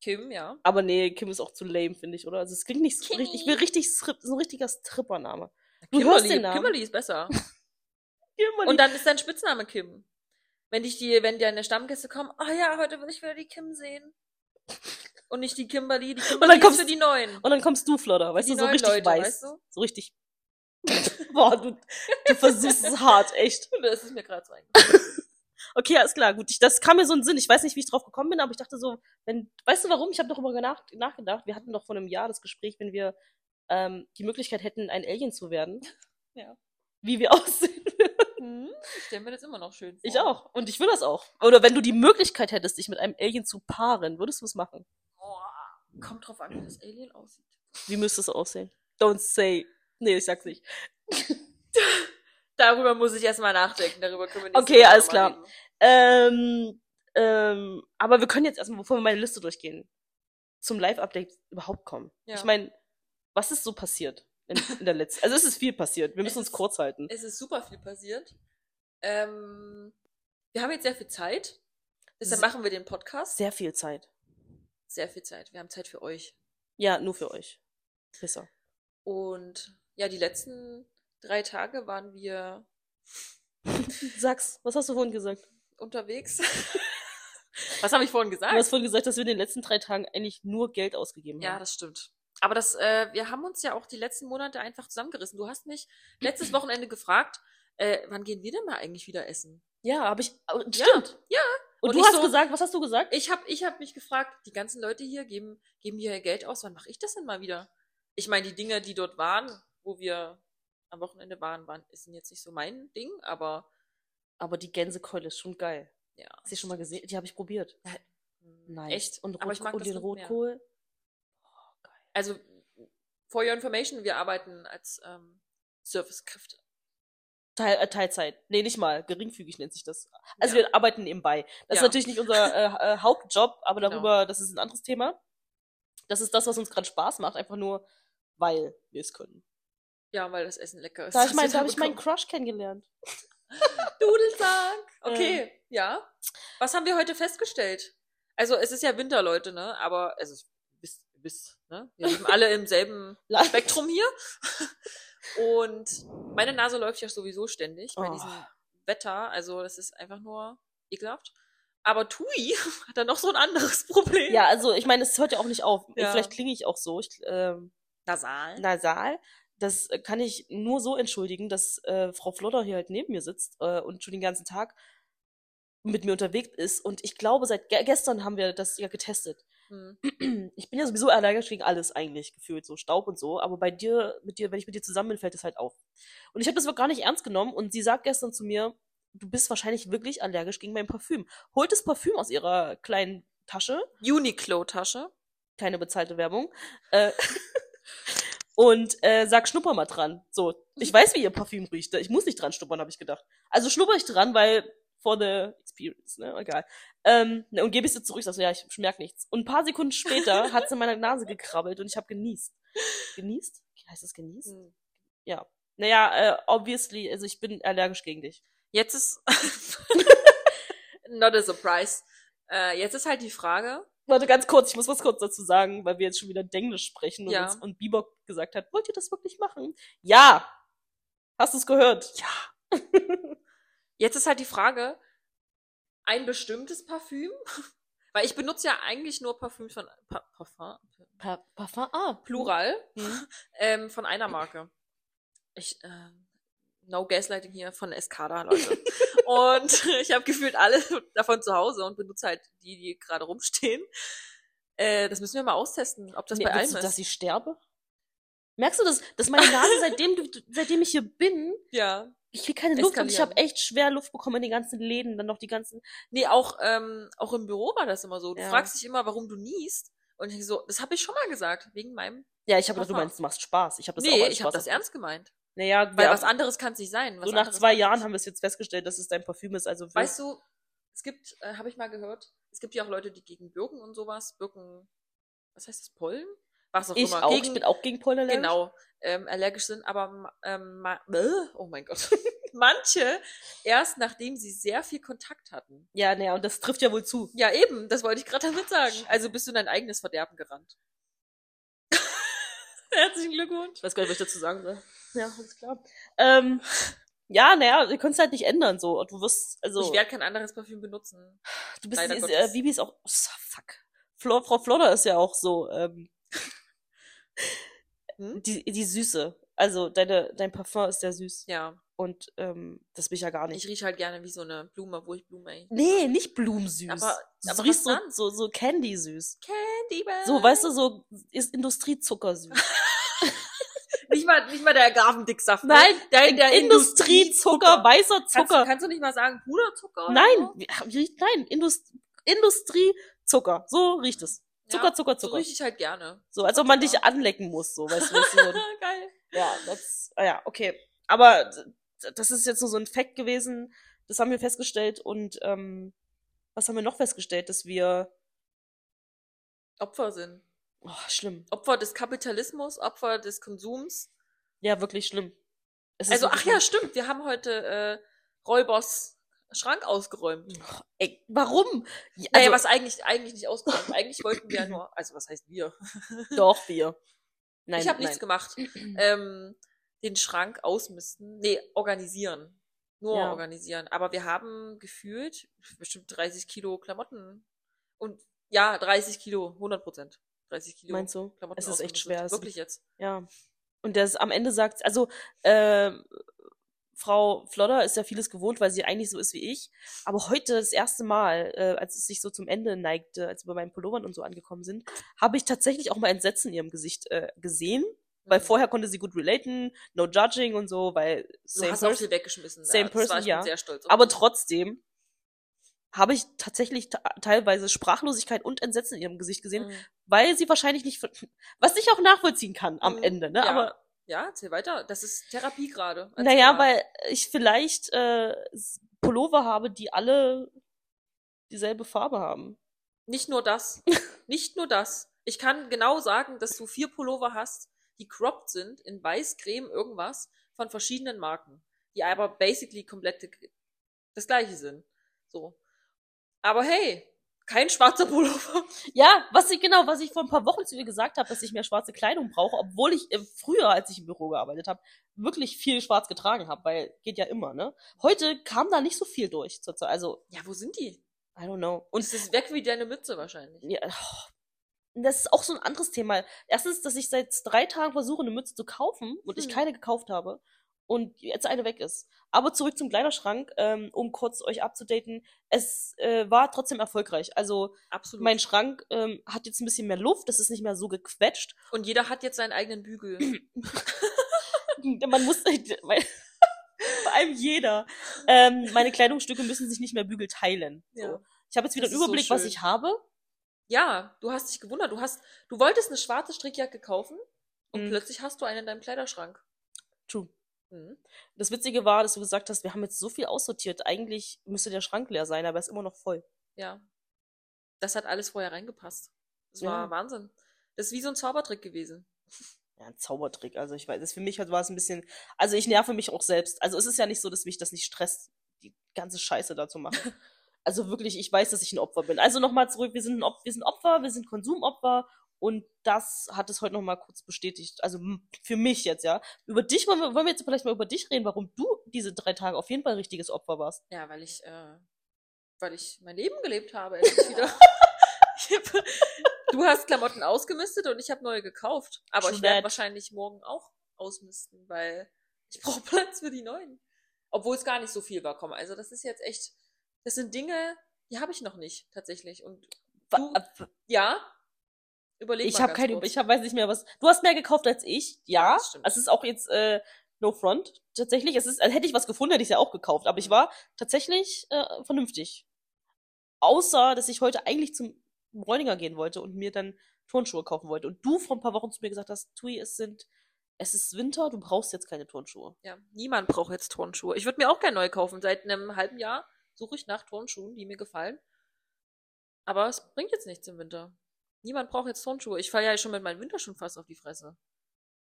[SPEAKER 1] Kim, ja.
[SPEAKER 2] Aber nee, Kim ist auch zu lame, finde ich, oder? Also es klingt nicht so
[SPEAKER 1] Kimmy.
[SPEAKER 2] richtig, ich will richtig, Strip- so ein richtiger Strippername. Du hörst
[SPEAKER 1] Kimberly,
[SPEAKER 2] den Namen.
[SPEAKER 1] Kimberly ist besser.
[SPEAKER 2] Kimberly.
[SPEAKER 1] Und dann ist dein Spitzname Kim. Wenn dich die, wenn deine Stammgäste kommen, ah ja, heute will ich wieder die Kim sehen. Und nicht die Kimberly, die Kimberly
[SPEAKER 2] kommst-
[SPEAKER 1] ist für die Neuen.
[SPEAKER 2] Und dann kommst du, Flodder, weißt
[SPEAKER 1] Die
[SPEAKER 2] du, so
[SPEAKER 1] neuen
[SPEAKER 2] richtig
[SPEAKER 1] Leute,
[SPEAKER 2] weiß.
[SPEAKER 1] weißt du?
[SPEAKER 2] So richtig. Boah, du, du versuchst es hart, echt.
[SPEAKER 1] das ist mir gerade so eingefallen.
[SPEAKER 2] Okay, alles klar, gut. Ich, das kam mir so in den Sinn. Ich weiß nicht, wie ich drauf gekommen bin, aber ich dachte so, wenn, weißt du warum? Ich habe darüber nach, nachgedacht. Wir hatten doch vor einem Jahr das Gespräch, wenn wir ähm, die Möglichkeit hätten, ein Alien zu werden.
[SPEAKER 1] Ja.
[SPEAKER 2] Wie wir aussehen.
[SPEAKER 1] Hm, ich stelle mir das immer noch schön vor.
[SPEAKER 2] Ich auch. Und ich will das auch. Oder wenn du die Möglichkeit hättest, dich mit einem Alien zu paaren, würdest du es machen?
[SPEAKER 1] Boah, kommt drauf an, wie das Alien aussieht.
[SPEAKER 2] Wie müsste es aussehen? Don't say. Nee, ich sag's nicht.
[SPEAKER 1] Darüber muss ich erstmal nachdenken. Darüber können wir nächste
[SPEAKER 2] Okay,
[SPEAKER 1] Woche
[SPEAKER 2] alles
[SPEAKER 1] nochmal
[SPEAKER 2] klar.
[SPEAKER 1] reden.
[SPEAKER 2] Ähm, ähm, aber wir können jetzt erstmal, bevor wir meine Liste durchgehen, zum Live-Update überhaupt kommen.
[SPEAKER 1] Ja.
[SPEAKER 2] Ich meine, was ist so passiert in, in der letzten? Also es ist viel passiert. Wir müssen
[SPEAKER 1] Es
[SPEAKER 2] uns
[SPEAKER 1] ist-
[SPEAKER 2] kurz halten.
[SPEAKER 1] Es ist super viel passiert. Ähm, wir haben jetzt sehr viel Zeit. Deshalb
[SPEAKER 2] Se-
[SPEAKER 1] machen wir den Podcast.
[SPEAKER 2] Sehr viel Zeit.
[SPEAKER 1] Sehr viel Zeit. Wir haben Zeit für euch.
[SPEAKER 2] Ja, nur für euch. Pisser.
[SPEAKER 1] Und ja, die letzten drei Tage waren wir
[SPEAKER 2] Sag's, was hast du vorhin gesagt?
[SPEAKER 1] unterwegs. Was habe ich vorhin
[SPEAKER 2] Du
[SPEAKER 1] gesagt?
[SPEAKER 2] hast vorhin gesagt, dass wir in den letzten drei Tagen eigentlich nur Geld ausgegeben
[SPEAKER 1] Ah. ja,
[SPEAKER 2] haben.
[SPEAKER 1] das stimmt. Aber das, äh, wir haben uns ja auch die letzten Monate einfach zusammengerissen. Du hast mich letztes Wochenende gefragt, Äh, wann gehen wir denn mal eigentlich wieder essen?
[SPEAKER 2] Ja, habe ich. oh,
[SPEAKER 1] Ja,
[SPEAKER 2] Stimmt.
[SPEAKER 1] ja.
[SPEAKER 2] Und,
[SPEAKER 1] Und
[SPEAKER 2] du
[SPEAKER 1] ich
[SPEAKER 2] hast
[SPEAKER 1] so-
[SPEAKER 2] gesagt, was hast du gesagt?
[SPEAKER 1] Ich habe ich hab mich gefragt, die ganzen Leute hier geben, geben hier ihr Geld aus, wann mache ich das denn mal wieder? Ich meine, die Dinge, die dort waren, wo wir am Wochenende waren, waren ist jetzt nicht so mein Ding, aber
[SPEAKER 2] Aber die Gänsekeule ist schon geil.
[SPEAKER 1] ja.
[SPEAKER 2] Hast du die schon mal gesehen? Die habe ich probiert. Nice.
[SPEAKER 1] Echt?
[SPEAKER 2] Und,
[SPEAKER 1] Aber ich
[SPEAKER 2] Rotko-
[SPEAKER 1] mag
[SPEAKER 2] und
[SPEAKER 1] das
[SPEAKER 2] den
[SPEAKER 1] Rotkohl mehr.
[SPEAKER 2] Rotkohl.
[SPEAKER 1] Also, for your information, wir arbeiten als ähm, Servicekräfte.
[SPEAKER 2] Teil, äh, Teilzeit. Nee, nicht mal. Geringfügig nennt sich das. Also
[SPEAKER 1] Ja.
[SPEAKER 2] wir arbeiten nebenbei. Das ist
[SPEAKER 1] Ja.
[SPEAKER 2] natürlich nicht unser äh, äh, Hauptjob, aber
[SPEAKER 1] Genau.
[SPEAKER 2] darüber, das ist ein anderes Thema. Das ist das, was uns gerade Spaß macht, einfach nur, weil wir es können.
[SPEAKER 1] Ja, weil das Essen lecker ist.
[SPEAKER 2] Da habe
[SPEAKER 1] was
[SPEAKER 2] ich, mein,
[SPEAKER 1] wir
[SPEAKER 2] da hab ich meinen
[SPEAKER 1] bekommen.
[SPEAKER 2] Crush kennengelernt.
[SPEAKER 1] Dudelsack. Okay,
[SPEAKER 2] Ähm.
[SPEAKER 1] ja. Was haben wir heute festgestellt? Also, es ist ja Winter, Leute, ne? Aber es ist bis, bis, ne? Wir leben alle im selben
[SPEAKER 2] Land.
[SPEAKER 1] Spektrum hier. Und meine Nase läuft ja sowieso ständig bei
[SPEAKER 2] Oh.
[SPEAKER 1] diesem Wetter. Also, das ist einfach nur ekelhaft. Aber Tui hat dann noch so ein anderes Problem.
[SPEAKER 2] Ja, also ich meine, es hört ja auch nicht auf.
[SPEAKER 1] Ja.
[SPEAKER 2] Vielleicht klinge ich auch so. Ich, ähm,
[SPEAKER 1] Nasal.
[SPEAKER 2] nasal. Das äh, kann ich nur so entschuldigen, dass äh, Frau Flodder hier halt neben mir sitzt äh, und schon den ganzen Tag mit mir unterwegs ist. Und ich glaube, seit ge gestern haben wir das ja getestet.
[SPEAKER 1] Hm.
[SPEAKER 2] Ich bin ja sowieso allergisch gegen alles eigentlich gefühlt, so Staub und so. Aber bei dir, mit dir, wenn ich mit dir zusammen bin, fällt es halt auf. Und ich habe das gar nicht ernst genommen. Und sie sagt gestern zu mir, du bist wahrscheinlich wirklich allergisch gegen mein Parfüm. Holt das Parfüm aus ihrer kleinen Tasche
[SPEAKER 1] Uniqlo-Tasche.
[SPEAKER 2] keine bezahlte Werbung. Äh, und äh, sag, schnupper mal dran. So, ich weiß, wie ihr Parfüm riecht. ne? Ich muss nicht dran schnuppern, habe ich gedacht. Also schnupper ich dran, weil for the experience, ne? Egal. Ähm, ne, und gebe ich sie zurück, sag so, ja, ich merk nichts. Und ein paar Sekunden später hat sie in meiner Nase gekrabbelt und ich habe genießt. Genießt? Heißt das genießt?
[SPEAKER 1] Hm.
[SPEAKER 2] Naja, äh, obviously, also ich bin allergisch gegen dich.
[SPEAKER 1] Jetzt ist. Not a surprise. Äh, jetzt ist halt die Frage.
[SPEAKER 2] Warte, ganz kurz, ich muss was kurz dazu sagen, weil wir jetzt schon wieder Denglisch sprechen und,
[SPEAKER 1] Ja.
[SPEAKER 2] uns, und Bebop gesagt hat, wollt ihr das wirklich machen? Ja! Hast du es gehört? Ja.
[SPEAKER 1] Jetzt ist halt die Frage, ein bestimmtes Parfüm? Weil ich benutze ja eigentlich nur Parfüms von pa Parfum,
[SPEAKER 2] Parfum A.
[SPEAKER 1] Plural,
[SPEAKER 2] Mhm.
[SPEAKER 1] ähm, von einer Marke. Ich, äh, no gaslighting hier von Escada, Leute. und ich habe gefühlt alle davon zu Hause und benutze halt die, die gerade rumstehen. Äh, das müssen wir mal austesten, ob das bei
[SPEAKER 2] willst
[SPEAKER 1] allem
[SPEAKER 2] du, dass
[SPEAKER 1] ist.
[SPEAKER 2] ich sterbe? Merkst du das, dass meine Nase, seitdem, du, seitdem ich hier bin,
[SPEAKER 1] Ja.
[SPEAKER 2] ich krieg keine Luft und ich habe
[SPEAKER 1] Eskalieren.
[SPEAKER 2] echt schwer Luft bekommen in den ganzen Läden, dann noch die ganzen,
[SPEAKER 1] Nee, auch, ähm, auch im Büro war das immer so. Du
[SPEAKER 2] Ja.
[SPEAKER 1] fragst dich immer, warum du niest. Und ich so, das habe ich schon mal gesagt, wegen meinem.
[SPEAKER 2] ja, ich habe gedacht, du
[SPEAKER 1] Parfum.
[SPEAKER 2] meinst, du machst Spaß. Ich habe das auch
[SPEAKER 1] nee,
[SPEAKER 2] als
[SPEAKER 1] ich
[SPEAKER 2] Spaß
[SPEAKER 1] habe das ernst gemeint.
[SPEAKER 2] Naja,
[SPEAKER 1] Weil
[SPEAKER 2] wir
[SPEAKER 1] was anderes kann es nicht sein. Was
[SPEAKER 2] so nach
[SPEAKER 1] anderes
[SPEAKER 2] zwei
[SPEAKER 1] kann's
[SPEAKER 2] Jahren
[SPEAKER 1] nicht.
[SPEAKER 2] haben wir es jetzt festgestellt, dass es dein Parfüm ist, also wir-
[SPEAKER 1] Weißt du, es gibt, äh, habe ich mal gehört, es gibt ja auch Leute, die gegen Birken und sowas, Birken, was heißt das, Pollen? Was auch
[SPEAKER 2] ich
[SPEAKER 1] immer.
[SPEAKER 2] auch,
[SPEAKER 1] gegen,
[SPEAKER 2] ich bin auch gegen Pollen allergisch.
[SPEAKER 1] genau, ähm, allergisch sind, aber ähm, ma- äh, oh mein Gott. Manche erst nachdem sie sehr viel Kontakt hatten.
[SPEAKER 2] Ja, naja, und das trifft ja wohl zu.
[SPEAKER 1] Ja, eben, das wollte ich gerade damit sagen. Also bist du in dein eigenes Verderben gerannt. Herzlichen Glückwunsch.
[SPEAKER 2] Ich weiß gar nicht, was ich dazu sagen soll. Ja, alles klar. Ähm, ja, naja, du kannst halt nicht ändern, so. Und Du wirst, also,
[SPEAKER 1] Ich werde kein anderes Parfüm benutzen.
[SPEAKER 2] du bist,
[SPEAKER 1] leider
[SPEAKER 2] ist, äh,
[SPEAKER 1] Gottes.
[SPEAKER 2] Bibi ist auch, so, fuck. Flo, Frau Flodder ist ja auch so, ähm,
[SPEAKER 1] Hm?
[SPEAKER 2] die, die Süße. Also, deine, dein Parfum ist sehr süß.
[SPEAKER 1] Ja,
[SPEAKER 2] Und, ähm, das bin ich ja gar
[SPEAKER 1] ich
[SPEAKER 2] nicht.
[SPEAKER 1] rieche halt gerne wie so eine Blume, wo ich Blume eigentlich
[SPEAKER 2] Nee, nicht blumensüß.
[SPEAKER 1] Aber-
[SPEAKER 2] du
[SPEAKER 1] aber
[SPEAKER 2] riechst so,
[SPEAKER 1] was dann?
[SPEAKER 2] so, so Candy-süß.
[SPEAKER 1] Candy Bell.
[SPEAKER 2] So, weißt du, so ist Industriezucker süß.
[SPEAKER 1] Nicht mal, nicht mal der Grafendicksaft. ne?
[SPEAKER 2] Nein,
[SPEAKER 1] der, der
[SPEAKER 2] Industriezucker, weißer
[SPEAKER 1] Kannst,
[SPEAKER 2] Zucker.
[SPEAKER 1] du- kannst du nicht mal sagen Puderzucker? oder
[SPEAKER 2] Nein,
[SPEAKER 1] so?
[SPEAKER 2] wie- wie- nein, Indust Industriezucker. So riecht es. Zucker,
[SPEAKER 1] ja,
[SPEAKER 2] Zucker,
[SPEAKER 1] So
[SPEAKER 2] Zucker.
[SPEAKER 1] rieche ich halt gerne.
[SPEAKER 2] So, als ob man dich
[SPEAKER 1] Zucker.
[SPEAKER 2] anlecken muss, so, weißt du, das ist so, ein-
[SPEAKER 1] Geil.
[SPEAKER 2] ja, das, ah ja, okay. Aber d- das ist jetzt nur so ein Fact gewesen, das haben wir festgestellt und, ähm, was haben wir noch festgestellt, dass wir,
[SPEAKER 1] Opfer sind.
[SPEAKER 2] oh, schlimm.
[SPEAKER 1] Opfer des Kapitalismus, Opfer des Konsums.
[SPEAKER 2] Ja, wirklich schlimm. Es ist
[SPEAKER 1] Also,
[SPEAKER 2] wirklich
[SPEAKER 1] ach ja, stimmt. Wir haben heute äh, Räubers Schrank ausgeräumt.
[SPEAKER 2] schlimm. Ey, warum? Ja,
[SPEAKER 1] Naja,
[SPEAKER 2] also,
[SPEAKER 1] was eigentlich, eigentlich nicht ausgeräumt. Eigentlich wollten wir ja nur, also was heißt wir?
[SPEAKER 2] Doch, wir. Nein,
[SPEAKER 1] ich habe
[SPEAKER 2] nein.
[SPEAKER 1] nichts gemacht. ähm, den Schrank ausmisten. Nee, organisieren. Nur
[SPEAKER 2] Ja.
[SPEAKER 1] organisieren. Aber wir haben gefühlt bestimmt 30 Kilo Klamotten. Und ja, 30 Kilo, 100 Prozent. 30 Kilo
[SPEAKER 2] Meinst du?
[SPEAKER 1] Klamotten.
[SPEAKER 2] Es ist echt
[SPEAKER 1] ausgemistet.
[SPEAKER 2] schwer. es ist
[SPEAKER 1] Wirklich jetzt.
[SPEAKER 2] Ja. Und das am Ende sagt, also äh, Frau Flodder ist ja vieles gewohnt, weil sie eigentlich so ist wie ich. Aber heute das erste Mal, äh, als es sich so zum Ende neigte, als wir bei meinen Pullovern und so angekommen sind, habe ich tatsächlich auch mal Entsetzen in ihrem Gesicht äh, gesehen. Weil
[SPEAKER 1] Mhm.
[SPEAKER 2] vorher konnte sie gut relaten, no judging und so, weil
[SPEAKER 1] Du
[SPEAKER 2] same
[SPEAKER 1] hast auch
[SPEAKER 2] person.
[SPEAKER 1] viel weggeschmissen. da.
[SPEAKER 2] Same
[SPEAKER 1] das
[SPEAKER 2] person,
[SPEAKER 1] war ich
[SPEAKER 2] ja.
[SPEAKER 1] Bin sehr stolz. auf
[SPEAKER 2] Aber
[SPEAKER 1] dich.
[SPEAKER 2] trotzdem habe ich tatsächlich ta- teilweise Sprachlosigkeit und Entsetzen in ihrem Gesicht gesehen,
[SPEAKER 1] Mhm.
[SPEAKER 2] weil sie wahrscheinlich nicht, ver- was ich auch nachvollziehen kann am
[SPEAKER 1] Mhm.
[SPEAKER 2] Ende, ne?
[SPEAKER 1] Ja.
[SPEAKER 2] Aber
[SPEAKER 1] Ja, erzähl weiter. Das ist Therapie gerade. Erzähl
[SPEAKER 2] Naja,
[SPEAKER 1] mal.
[SPEAKER 2] weil ich vielleicht äh, s- Pullover habe, die alle dieselbe Farbe haben.
[SPEAKER 1] Nicht nur das. Nicht nur das. Ich kann genau sagen, dass du vier Pullover hast, die cropped sind in weiß, Creme, irgendwas von verschiedenen Marken, die aber basically komplett das gleiche sind. So. Aber hey, kein schwarzer Pullover.
[SPEAKER 2] Ja, was ich genau, was ich vor ein paar Wochen zu ihr gesagt habe, dass ich mehr schwarze Kleidung brauche, obwohl ich äh, früher, als ich im Büro gearbeitet habe, wirklich viel schwarz getragen habe, weil geht ja immer, ne? Heute kam da nicht so viel durch zurzeit. Also,
[SPEAKER 1] Ja, wo sind die?
[SPEAKER 2] I don't know.
[SPEAKER 1] Und es ist weg wie deine Mütze wahrscheinlich.
[SPEAKER 2] Ja, oh. das ist auch so ein anderes Thema. Erstens, dass ich seit drei Tagen versuche, eine Mütze zu kaufen und ich
[SPEAKER 1] Hm.
[SPEAKER 2] keine gekauft habe und jetzt eine weg ist. Aber zurück zum Kleiderschrank, ähm, um kurz euch abzudaten. Es äh, war trotzdem erfolgreich. Also
[SPEAKER 1] Absolut.
[SPEAKER 2] mein Schrank ähm, hat jetzt ein bisschen mehr Luft, es ist nicht mehr so gequetscht.
[SPEAKER 1] Und jeder hat jetzt seinen eigenen Bügel.
[SPEAKER 2] Man muss, äh, weil- vor allem jeder, ähm, meine Kleidungsstücke müssen sich nicht mehr Bügel teilen.
[SPEAKER 1] Ja.
[SPEAKER 2] So. Ich habe jetzt wieder
[SPEAKER 1] Das
[SPEAKER 2] einen
[SPEAKER 1] ist so
[SPEAKER 2] Überblick, was
[SPEAKER 1] schön.
[SPEAKER 2] ich habe.
[SPEAKER 1] Ja, du hast dich gewundert. Du hast, du wolltest eine schwarze Strickjacke kaufen und
[SPEAKER 2] Mhm.
[SPEAKER 1] plötzlich hast du eine in deinem Kleiderschrank.
[SPEAKER 2] True.
[SPEAKER 1] Mhm.
[SPEAKER 2] Das Witzige war, dass du gesagt hast, wir haben jetzt so viel aussortiert. Eigentlich müsste der Schrank leer sein, aber er ist immer noch voll.
[SPEAKER 1] Ja. Das hat alles vorher reingepasst. Das
[SPEAKER 2] Ja.
[SPEAKER 1] war Wahnsinn. Das ist wie so ein Zaubertrick gewesen.
[SPEAKER 2] Ja, ein Zaubertrick. Also ich weiß, das für mich halt war es ein bisschen. Also ich nerve mich auch selbst. Also es ist ja nicht so, dass mich das nicht stresst, die ganze Scheiße da zu machen. Also wirklich, ich weiß, dass ich ein Opfer bin. Also nochmal zurück, wir sind ein Opfer, wir sind Opfer, wir sind Konsumopfer und das hat es heute nochmal kurz bestätigt. Also m- für mich jetzt, ja. Über dich wollen wir, wollen wir jetzt vielleicht mal über dich reden, warum du diese drei Tage auf jeden Fall ein richtiges Opfer warst.
[SPEAKER 1] Ja, weil ich, äh, weil ich mein Leben gelebt habe endlich wieder. Ich hab- du hast Klamotten ausgemistet und ich habe neue gekauft. Aber ich werde
[SPEAKER 2] Schmeckt.
[SPEAKER 1] wahrscheinlich morgen auch ausmisten, weil ich brauche Platz für die neuen. Obwohl es gar nicht so viel war, komm. Also das ist jetzt echt, das sind Dinge, die habe ich noch nicht tatsächlich. Und Du-
[SPEAKER 2] Wa-
[SPEAKER 1] ja, überleg
[SPEAKER 2] Ich
[SPEAKER 1] mal
[SPEAKER 2] habe
[SPEAKER 1] ganz
[SPEAKER 2] keine,
[SPEAKER 1] kurz.
[SPEAKER 2] ich hab, weiß nicht mehr was. Du hast mehr gekauft als ich, ja.
[SPEAKER 1] das stimmt.
[SPEAKER 2] es ist auch jetzt äh, no front tatsächlich. Es ist, also hätte ich was gefunden, hätte ich ja auch gekauft. Aber ich
[SPEAKER 1] Mhm.
[SPEAKER 2] war tatsächlich äh, vernünftig. Außer, dass ich heute eigentlich zum Bräuninger gehen wollte und mir dann Turnschuhe kaufen wollte. Und du vor ein paar Wochen zu mir gesagt hast, Tui, es sind, es ist Winter, du brauchst jetzt keine Turnschuhe.
[SPEAKER 1] Ja, niemand braucht jetzt Turnschuhe. Ich würde mir auch gerne neu kaufen. Seit einem halben Jahr suche ich nach Turnschuhen, die mir gefallen. Aber es bringt jetzt nichts im Winter. Niemand braucht jetzt Turnschuhe. Ich falle ja schon mit meinen Winterschuhen fast auf die Fresse.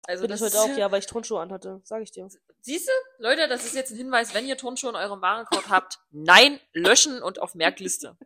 [SPEAKER 1] Also
[SPEAKER 2] Bin
[SPEAKER 1] das
[SPEAKER 2] ich heute
[SPEAKER 1] ist-
[SPEAKER 2] auch, ja, weil ich Turnschuhe anhatte, sage ich dir.
[SPEAKER 1] Siehste, Leute, das ist jetzt ein Hinweis, wenn ihr Turnschuhe in eurem Warenkorb habt, nein, löschen und auf Merkliste.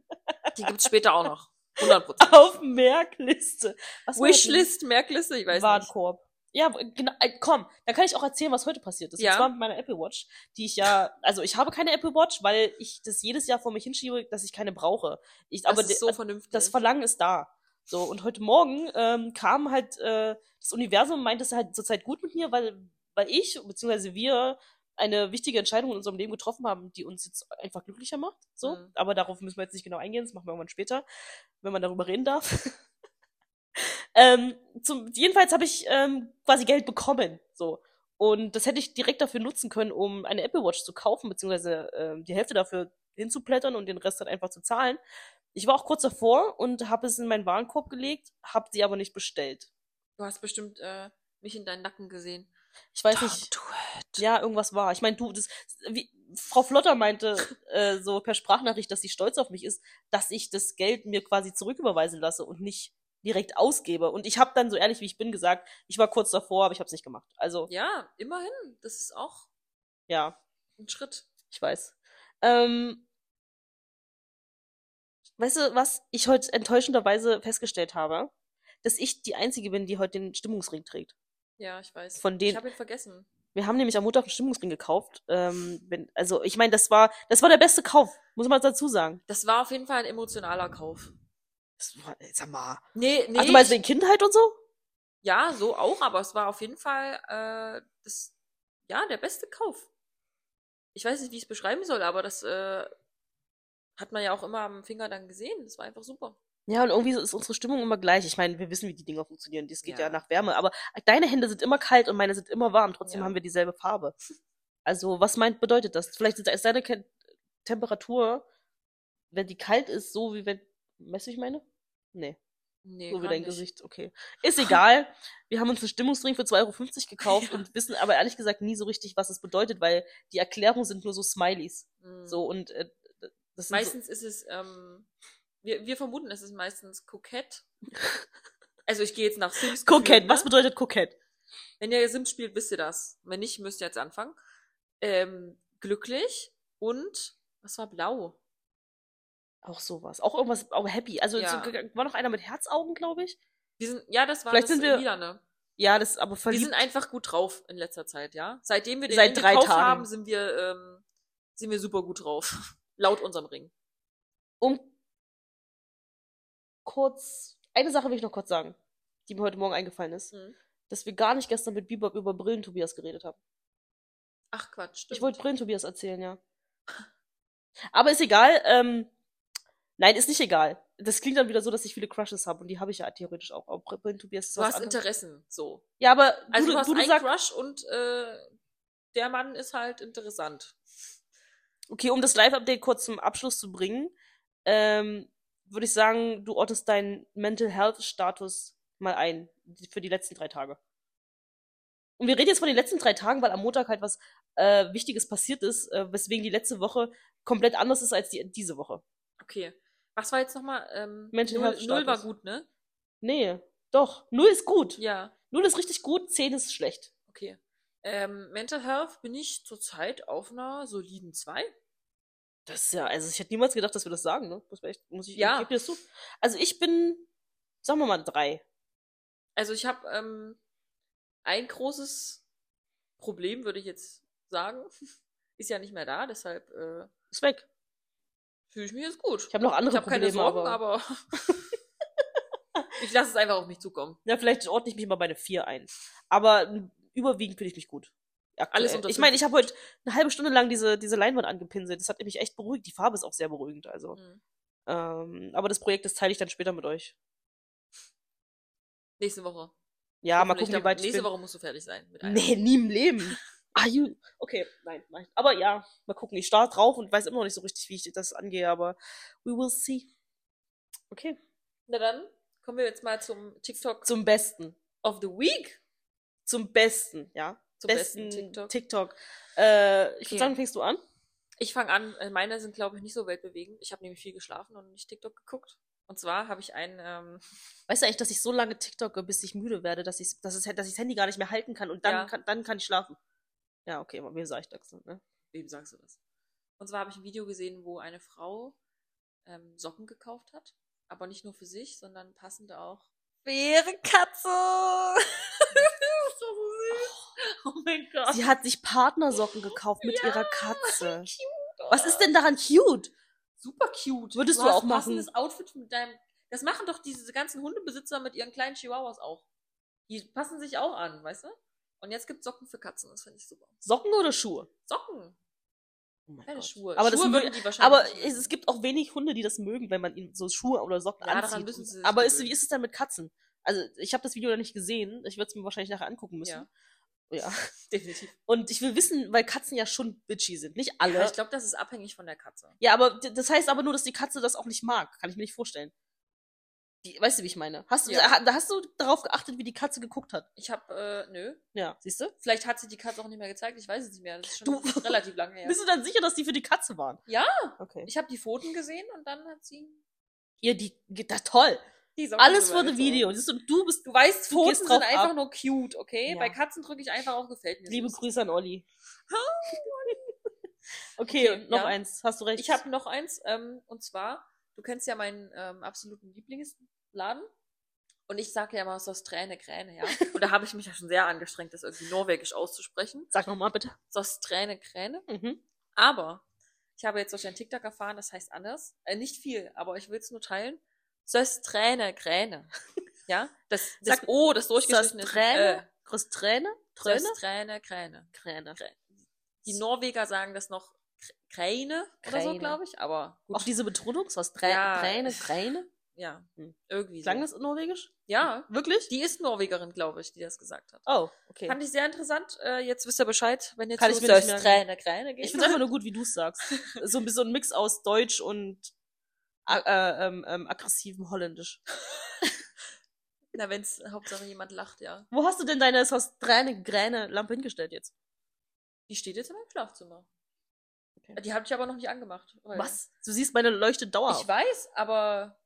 [SPEAKER 1] Die gibt's später auch noch. 100%.
[SPEAKER 2] Auf Merkliste. Was war halt das denn?
[SPEAKER 1] Wishlist, Merkliste, ich weiß nicht.
[SPEAKER 2] Warenkorb. Ja, genau. äh, Komm, dann kann ich auch erzählen, was heute passiert ist.
[SPEAKER 1] Ja.
[SPEAKER 2] Und zwar mit meiner Apple Watch, die ich ja, also ich habe keine Apple Watch, weil ich das jedes Jahr vor mich hinschiebe, dass ich keine brauche. Ich,
[SPEAKER 1] Das
[SPEAKER 2] aber
[SPEAKER 1] ist
[SPEAKER 2] de-
[SPEAKER 1] so vernünftig.
[SPEAKER 2] das Verlangen ist da. So, und heute Morgen ähm, kam halt, äh, das Universum meint es halt zurzeit gut mit mir, weil, weil ich, beziehungsweise wir, eine wichtige Entscheidung in unserem Leben getroffen haben, die uns jetzt einfach glücklicher macht. So,
[SPEAKER 1] Mhm.
[SPEAKER 2] aber darauf müssen wir jetzt nicht genau eingehen, das machen wir irgendwann später, wenn man darüber reden darf. ähm, zum, jedenfalls habe ich ähm, quasi Geld bekommen. So. Und das hätte ich direkt dafür nutzen können, um eine Apple Watch zu kaufen, beziehungsweise ähm, die Hälfte dafür hinzuplättern und den Rest dann einfach zu zahlen. Ich war auch kurz davor und habe es in meinen Warenkorb gelegt, habe sie aber nicht bestellt.
[SPEAKER 1] du hast bestimmt äh, mich in deinen Nacken gesehen.
[SPEAKER 2] Ich weiß nicht,
[SPEAKER 1] Don't do it.
[SPEAKER 2] ja, irgendwas war. Ich meine, du, das, wie, Frau Flotter meinte äh, so per Sprachnachricht, dass sie stolz auf mich ist, dass ich das Geld mir quasi zurücküberweisen lasse und nicht direkt ausgebe. Und ich habe dann so ehrlich wie ich bin gesagt, ich war kurz davor, aber ich habe es nicht gemacht. Also
[SPEAKER 1] Ja, immerhin. Das ist auch
[SPEAKER 2] ja,
[SPEAKER 1] ein Schritt.
[SPEAKER 2] ich weiß. Ähm, weißt du, was ich heute enttäuschenderweise festgestellt habe? Dass ich die Einzige bin, die heute den Stimmungsring trägt.
[SPEAKER 1] Ja, ich weiß.
[SPEAKER 2] Von denen-
[SPEAKER 1] Ich habe ihn vergessen.
[SPEAKER 2] Wir haben nämlich am Montag einen Stimmungsring gekauft. Ähm, wenn, also ich meine, das war, das war der beste Kauf, muss man dazu sagen.
[SPEAKER 1] Das war auf jeden Fall ein emotionaler Kauf.
[SPEAKER 2] Das war, äh, sag mal.
[SPEAKER 1] Nee, nee.
[SPEAKER 2] Ach, du meinst
[SPEAKER 1] ich,
[SPEAKER 2] wegen Kindheit und so?
[SPEAKER 1] ja, so auch, aber es war auf jeden Fall äh, das, ja, der beste Kauf. ich weiß nicht, wie ich es beschreiben soll, aber das äh, hat man ja auch immer am Finger dann gesehen. Das war einfach super.
[SPEAKER 2] Ja, und irgendwie ist unsere Stimmung immer gleich. Ich meine, wir wissen, wie die Dinger funktionieren. Das geht ja,
[SPEAKER 1] Ja.
[SPEAKER 2] nach Wärme. Aber deine Hände sind immer kalt und meine sind immer warm. Trotzdem
[SPEAKER 1] Ja.
[SPEAKER 2] haben wir dieselbe Farbe. Also, was meint, bedeutet das? Vielleicht ist- ist deine Ke- Temperatur, wenn die kalt ist, so wie wenn. Weißt du, wie ich meine? Nee,
[SPEAKER 1] Nee,
[SPEAKER 2] so wie
[SPEAKER 1] kann
[SPEAKER 2] dein
[SPEAKER 1] nicht.
[SPEAKER 2] Gesicht. Okay. Ist egal. Wir haben uns einen Stimmungsring für 2,50 Euro gekauft
[SPEAKER 1] Ja.
[SPEAKER 2] und wissen aber ehrlich gesagt nie so richtig, was es bedeutet, weil die Erklärungen sind nur so Smileys.
[SPEAKER 1] Mhm.
[SPEAKER 2] So und äh, das sind so,
[SPEAKER 1] Meistens ist es, ähm, wir, wir vermuten, es ist meistens kokett. Also ich gehe jetzt nach Sims.
[SPEAKER 2] Kokett.
[SPEAKER 1] Gefühl,
[SPEAKER 2] Was
[SPEAKER 1] ne?
[SPEAKER 2] bedeutet Kokett?
[SPEAKER 1] Wenn ihr Sims spielt, wisst ihr das. Wenn nicht, müsst ihr jetzt anfangen. Ähm, glücklich und was war blau?
[SPEAKER 2] Auch sowas. Auch irgendwas, aber happy. Also
[SPEAKER 1] Ja.
[SPEAKER 2] so, war noch einer mit Herzaugen, glaube ich.
[SPEAKER 1] Wir sind, ja, das war
[SPEAKER 2] Vielleicht
[SPEAKER 1] das
[SPEAKER 2] sind wir
[SPEAKER 1] Lila, ne?
[SPEAKER 2] Ja, das ist aber
[SPEAKER 1] Wir
[SPEAKER 2] verliebt.
[SPEAKER 1] sind einfach gut drauf in letzter Zeit, ja. Seitdem wir den
[SPEAKER 2] Seit
[SPEAKER 1] Ring
[SPEAKER 2] drei
[SPEAKER 1] gekauft
[SPEAKER 2] Tagen.
[SPEAKER 1] haben, sind wir, ähm, sind wir super gut drauf. Laut unserem Ring.
[SPEAKER 2] Um kurz, eine Sache will ich noch kurz sagen, die mir heute Morgen eingefallen ist,
[SPEAKER 1] Mhm.
[SPEAKER 2] dass wir gar nicht gestern mit Bebop über Brillen-Tobias geredet haben.
[SPEAKER 1] Ach Quatsch, stimmt.
[SPEAKER 2] Ich wollte Brillen-Tobias erzählen, ja. Aber ist egal. Ähm, nein, ist nicht egal. Das klingt dann wieder so, dass ich viele Crushes habe und die habe ich ja theoretisch auch. Aber Brillen-Tobias ist
[SPEAKER 1] du
[SPEAKER 2] was
[SPEAKER 1] hast
[SPEAKER 2] anderes.
[SPEAKER 1] Interessen, so.
[SPEAKER 2] Ja, aber du,
[SPEAKER 1] Also du, hast
[SPEAKER 2] du, du
[SPEAKER 1] einen
[SPEAKER 2] sagst,
[SPEAKER 1] Crush und äh, der Mann ist halt interessant.
[SPEAKER 2] Okay, um das Live-Update kurz zum Abschluss zu bringen, ähm, würde ich sagen, du ortest deinen Mental Health-Status mal ein für die letzten drei Tage. Und wir reden jetzt von den letzten drei Tagen, weil am Montag halt was äh, Wichtiges passiert ist, äh, weswegen die letzte Woche komplett anders ist als die, diese Woche.
[SPEAKER 1] Okay. Was war jetzt nochmal? Ähm,
[SPEAKER 2] Mental
[SPEAKER 1] null,
[SPEAKER 2] Health
[SPEAKER 1] null war
[SPEAKER 2] Status.
[SPEAKER 1] gut, ne?
[SPEAKER 2] Nee, doch. Null ist gut.
[SPEAKER 1] Ja,
[SPEAKER 2] Null ist richtig gut, zehn ist schlecht.
[SPEAKER 1] okay. Ähm, Mental Health bin ich zurzeit auf einer soliden 2.
[SPEAKER 2] Das ist ja, also ich hätte niemals gedacht, dass wir das sagen, ne? Muss, man echt, muss ich,
[SPEAKER 1] Ja.
[SPEAKER 2] ich gebe dir das zu. Also ich bin, sagen wir mal, drei.
[SPEAKER 1] Also ich habe ähm, ein großes Problem, würde ich jetzt sagen. Ist ja nicht mehr da, deshalb äh,
[SPEAKER 2] Ist weg.
[SPEAKER 1] fühle ich mich jetzt gut.
[SPEAKER 2] Ich habe noch andere
[SPEAKER 1] Ich habe keine
[SPEAKER 2] Probleme,
[SPEAKER 1] Sorgen,
[SPEAKER 2] aber...
[SPEAKER 1] aber ich lasse es einfach auf mich zukommen.
[SPEAKER 2] Ja, vielleicht ordne ich mich mal bei einer 4 ein. Aber m, überwiegend fühle ich mich gut. Aktuell.
[SPEAKER 1] Alles unter
[SPEAKER 2] Ich
[SPEAKER 1] fünf
[SPEAKER 2] meine, ich
[SPEAKER 1] ist
[SPEAKER 2] habe heute eine halbe Stunde lang diese, diese Leinwand angepinselt. Das hat mich echt beruhigt. Die Farbe ist auch sehr beruhigend. Also.
[SPEAKER 1] Mhm.
[SPEAKER 2] Ähm, aber das Projekt, das teile ich dann später mit euch.
[SPEAKER 1] Nächste Woche.
[SPEAKER 2] Ja, mal
[SPEAKER 1] Hoffentlich
[SPEAKER 2] gucken, wie
[SPEAKER 1] dann-
[SPEAKER 2] weit ich
[SPEAKER 1] Nächste
[SPEAKER 2] bin.
[SPEAKER 1] Woche musst du fertig sein. Mit allem.
[SPEAKER 2] Nee, nie im Leben. Are you? Okay, nein, nein. Aber ja, mal gucken. Ich starr drauf und weiß immer noch nicht so richtig, wie ich das angehe, aber we will see. Okay.
[SPEAKER 1] Na dann kommen wir jetzt mal zum TikTok
[SPEAKER 2] Zum Besten.
[SPEAKER 1] of the Week.
[SPEAKER 2] Zum Besten, ja.
[SPEAKER 1] Zum besten TikTok.
[SPEAKER 2] TikTok. Äh, ich würde
[SPEAKER 1] Okay.
[SPEAKER 2] sagen, fängst du an?
[SPEAKER 1] Ich fange an, äh, meine sind, glaube ich, nicht so weltbewegend. Ich habe nämlich viel geschlafen und nicht TikTok geguckt. Und zwar habe ich einen, ähm,
[SPEAKER 2] Weißt du eigentlich, dass ich so lange TikToke, bis ich müde werde, dass ich dass es, dass ich das Handy gar nicht mehr halten kann und dann,
[SPEAKER 1] Ja.
[SPEAKER 2] kann, dann kann ich schlafen. Ja, okay, aber mir sag ich das, ne?
[SPEAKER 1] wem sagst du das? Und zwar habe ich ein Video gesehen, wo eine Frau ähm, Socken gekauft hat. Aber nicht nur für sich, sondern passend auch für ihre Katze. das ist doch so süß. Oh mein Gott.
[SPEAKER 2] Sie hat sich Partnersocken gekauft mit
[SPEAKER 1] Ja,
[SPEAKER 2] ihrer Katze.
[SPEAKER 1] Cute.
[SPEAKER 2] Was ist denn daran cute?
[SPEAKER 1] super cute?
[SPEAKER 2] Würdest du
[SPEAKER 1] hast
[SPEAKER 2] auch
[SPEAKER 1] ein
[SPEAKER 2] machen?
[SPEAKER 1] passendes Outfit mit deinem. Das machen doch diese ganzen Hundebesitzer mit ihren kleinen Chihuahuas auch. Die passen sich auch an, weißt du? Und jetzt gibt's Socken für Katzen, das finde ich super.
[SPEAKER 2] Socken oder Schuhe?
[SPEAKER 1] Socken,
[SPEAKER 2] Oh mein
[SPEAKER 1] keine
[SPEAKER 2] Gott.
[SPEAKER 1] Schuhe.
[SPEAKER 2] Aber,
[SPEAKER 1] Schuhe
[SPEAKER 2] das mögen,
[SPEAKER 1] würden die wahrscheinlich.
[SPEAKER 2] aber
[SPEAKER 1] nicht
[SPEAKER 2] es,
[SPEAKER 1] machen.
[SPEAKER 2] es gibt auch wenig Hunde, die das mögen, wenn man ihnen so Schuhe oder Socken
[SPEAKER 1] Ja, daran
[SPEAKER 2] anzieht.
[SPEAKER 1] müssen sie sich
[SPEAKER 2] aber ist, wie
[SPEAKER 1] gewöhnen.
[SPEAKER 2] ist es denn mit Katzen? Also, ich habe das Video noch nicht gesehen. Ich würde es mir wahrscheinlich nachher angucken müssen. Ja.
[SPEAKER 1] definitiv.
[SPEAKER 2] Und ich will wissen, weil Katzen ja schon bitchy sind. Nicht alle.
[SPEAKER 1] Ja, ich glaube, das ist abhängig von der Katze.
[SPEAKER 2] Ja, aber d- das heißt aber nur, dass die Katze das auch nicht mag. Kann ich mir nicht vorstellen. Die, weißt du, wie ich meine? Hast du,
[SPEAKER 1] Ja.
[SPEAKER 2] ha- da hast du darauf geachtet, wie die Katze geguckt hat?
[SPEAKER 1] Ich habe, äh, nö.
[SPEAKER 2] Ja, siehst du?
[SPEAKER 1] Vielleicht hat sie die Katze auch nicht mehr gezeigt, ich weiß es nicht mehr. Das ist schon
[SPEAKER 2] Du-
[SPEAKER 1] relativ lange her.
[SPEAKER 2] Bist du dann sicher, dass die für die Katze waren?
[SPEAKER 1] Ja.
[SPEAKER 2] Okay.
[SPEAKER 1] Ich habe die Pfoten gesehen und dann hat sie
[SPEAKER 2] Ihr, die, da, toll.
[SPEAKER 1] die Socken
[SPEAKER 2] Alles
[SPEAKER 1] drüber
[SPEAKER 2] für das
[SPEAKER 1] gezogen.
[SPEAKER 2] Video. Siehst du, du bist,
[SPEAKER 1] Du weißt,
[SPEAKER 2] Du
[SPEAKER 1] Pfoten
[SPEAKER 2] gehst
[SPEAKER 1] sind
[SPEAKER 2] drauf
[SPEAKER 1] einfach
[SPEAKER 2] ab.
[SPEAKER 1] nur cute, okay?
[SPEAKER 2] Ja.
[SPEAKER 1] Bei Katzen drücke ich einfach auf gefällt mir.
[SPEAKER 2] liebe
[SPEAKER 1] süß.
[SPEAKER 2] Grüße an Olli. okay,
[SPEAKER 1] Okay,
[SPEAKER 2] und noch
[SPEAKER 1] ja.
[SPEAKER 2] eins. Hast du recht?
[SPEAKER 1] Ich habe noch eins, ähm, und zwar, du kennst ja meinen ähm, absoluten Lieblingsladen. Und ich sage ja immer, es ist das Träne, Kräne, ja. Und da habe ich mich ja schon sehr angestrengt, das irgendwie norwegisch auszusprechen.
[SPEAKER 2] Sag noch mal bitte.
[SPEAKER 1] Das Träne, Kräne.
[SPEAKER 2] Mhm.
[SPEAKER 1] Aber ich habe jetzt durch einen TikTok erfahren, das heißt anders. Äh, nicht viel, aber ich will es nur teilen. Das Träne, Kräne. Ja, das, das
[SPEAKER 2] Sag-
[SPEAKER 1] O, das
[SPEAKER 2] Ist das
[SPEAKER 1] Äh. durchgeschnittene
[SPEAKER 2] Träne? Ist das Träne?
[SPEAKER 1] Äh,
[SPEAKER 2] Träne?
[SPEAKER 1] das Träne, Kräne.
[SPEAKER 2] Träne.
[SPEAKER 1] Die Norweger sagen das noch Kr- Kräne oder so,
[SPEAKER 2] Kräne.
[SPEAKER 1] glaube ich, aber gut.
[SPEAKER 2] Auch diese Betonung, was? Trä
[SPEAKER 1] Ja.
[SPEAKER 2] Träne, Träne?
[SPEAKER 1] ja,
[SPEAKER 2] Hm.
[SPEAKER 1] irgendwie
[SPEAKER 2] Klang
[SPEAKER 1] so.
[SPEAKER 2] das norwegisch?
[SPEAKER 1] Ja,
[SPEAKER 2] Wirklich?
[SPEAKER 1] die ist Norwegerin, glaube ich, die das gesagt hat.
[SPEAKER 2] Oh, okay.
[SPEAKER 1] Fand ich sehr interessant. Äh, jetzt wisst ihr Bescheid, wenn ihr
[SPEAKER 2] Kann
[SPEAKER 1] zu
[SPEAKER 2] ich mir nicht
[SPEAKER 1] Sös
[SPEAKER 2] merken.
[SPEAKER 1] Kräne, Kräne geht.
[SPEAKER 2] Ich finde einfach nur gut, wie du es sagst. So ein bisschen so ein Mix aus Deutsch und ag- äh, ähm, ähm, aggressivem Holländisch.
[SPEAKER 1] Na, wenn's Hauptsache jemand lacht, ja.
[SPEAKER 2] Wo hast du denn deine Sauce Träne, Gräne Lampe hingestellt jetzt?
[SPEAKER 1] Die steht jetzt in meinem Schlafzimmer.
[SPEAKER 2] Okay.
[SPEAKER 1] Die habe ich aber noch nicht angemacht. weil-
[SPEAKER 2] Was? Du siehst meine Leuchte dauerhaft.
[SPEAKER 1] Ich weiß, aber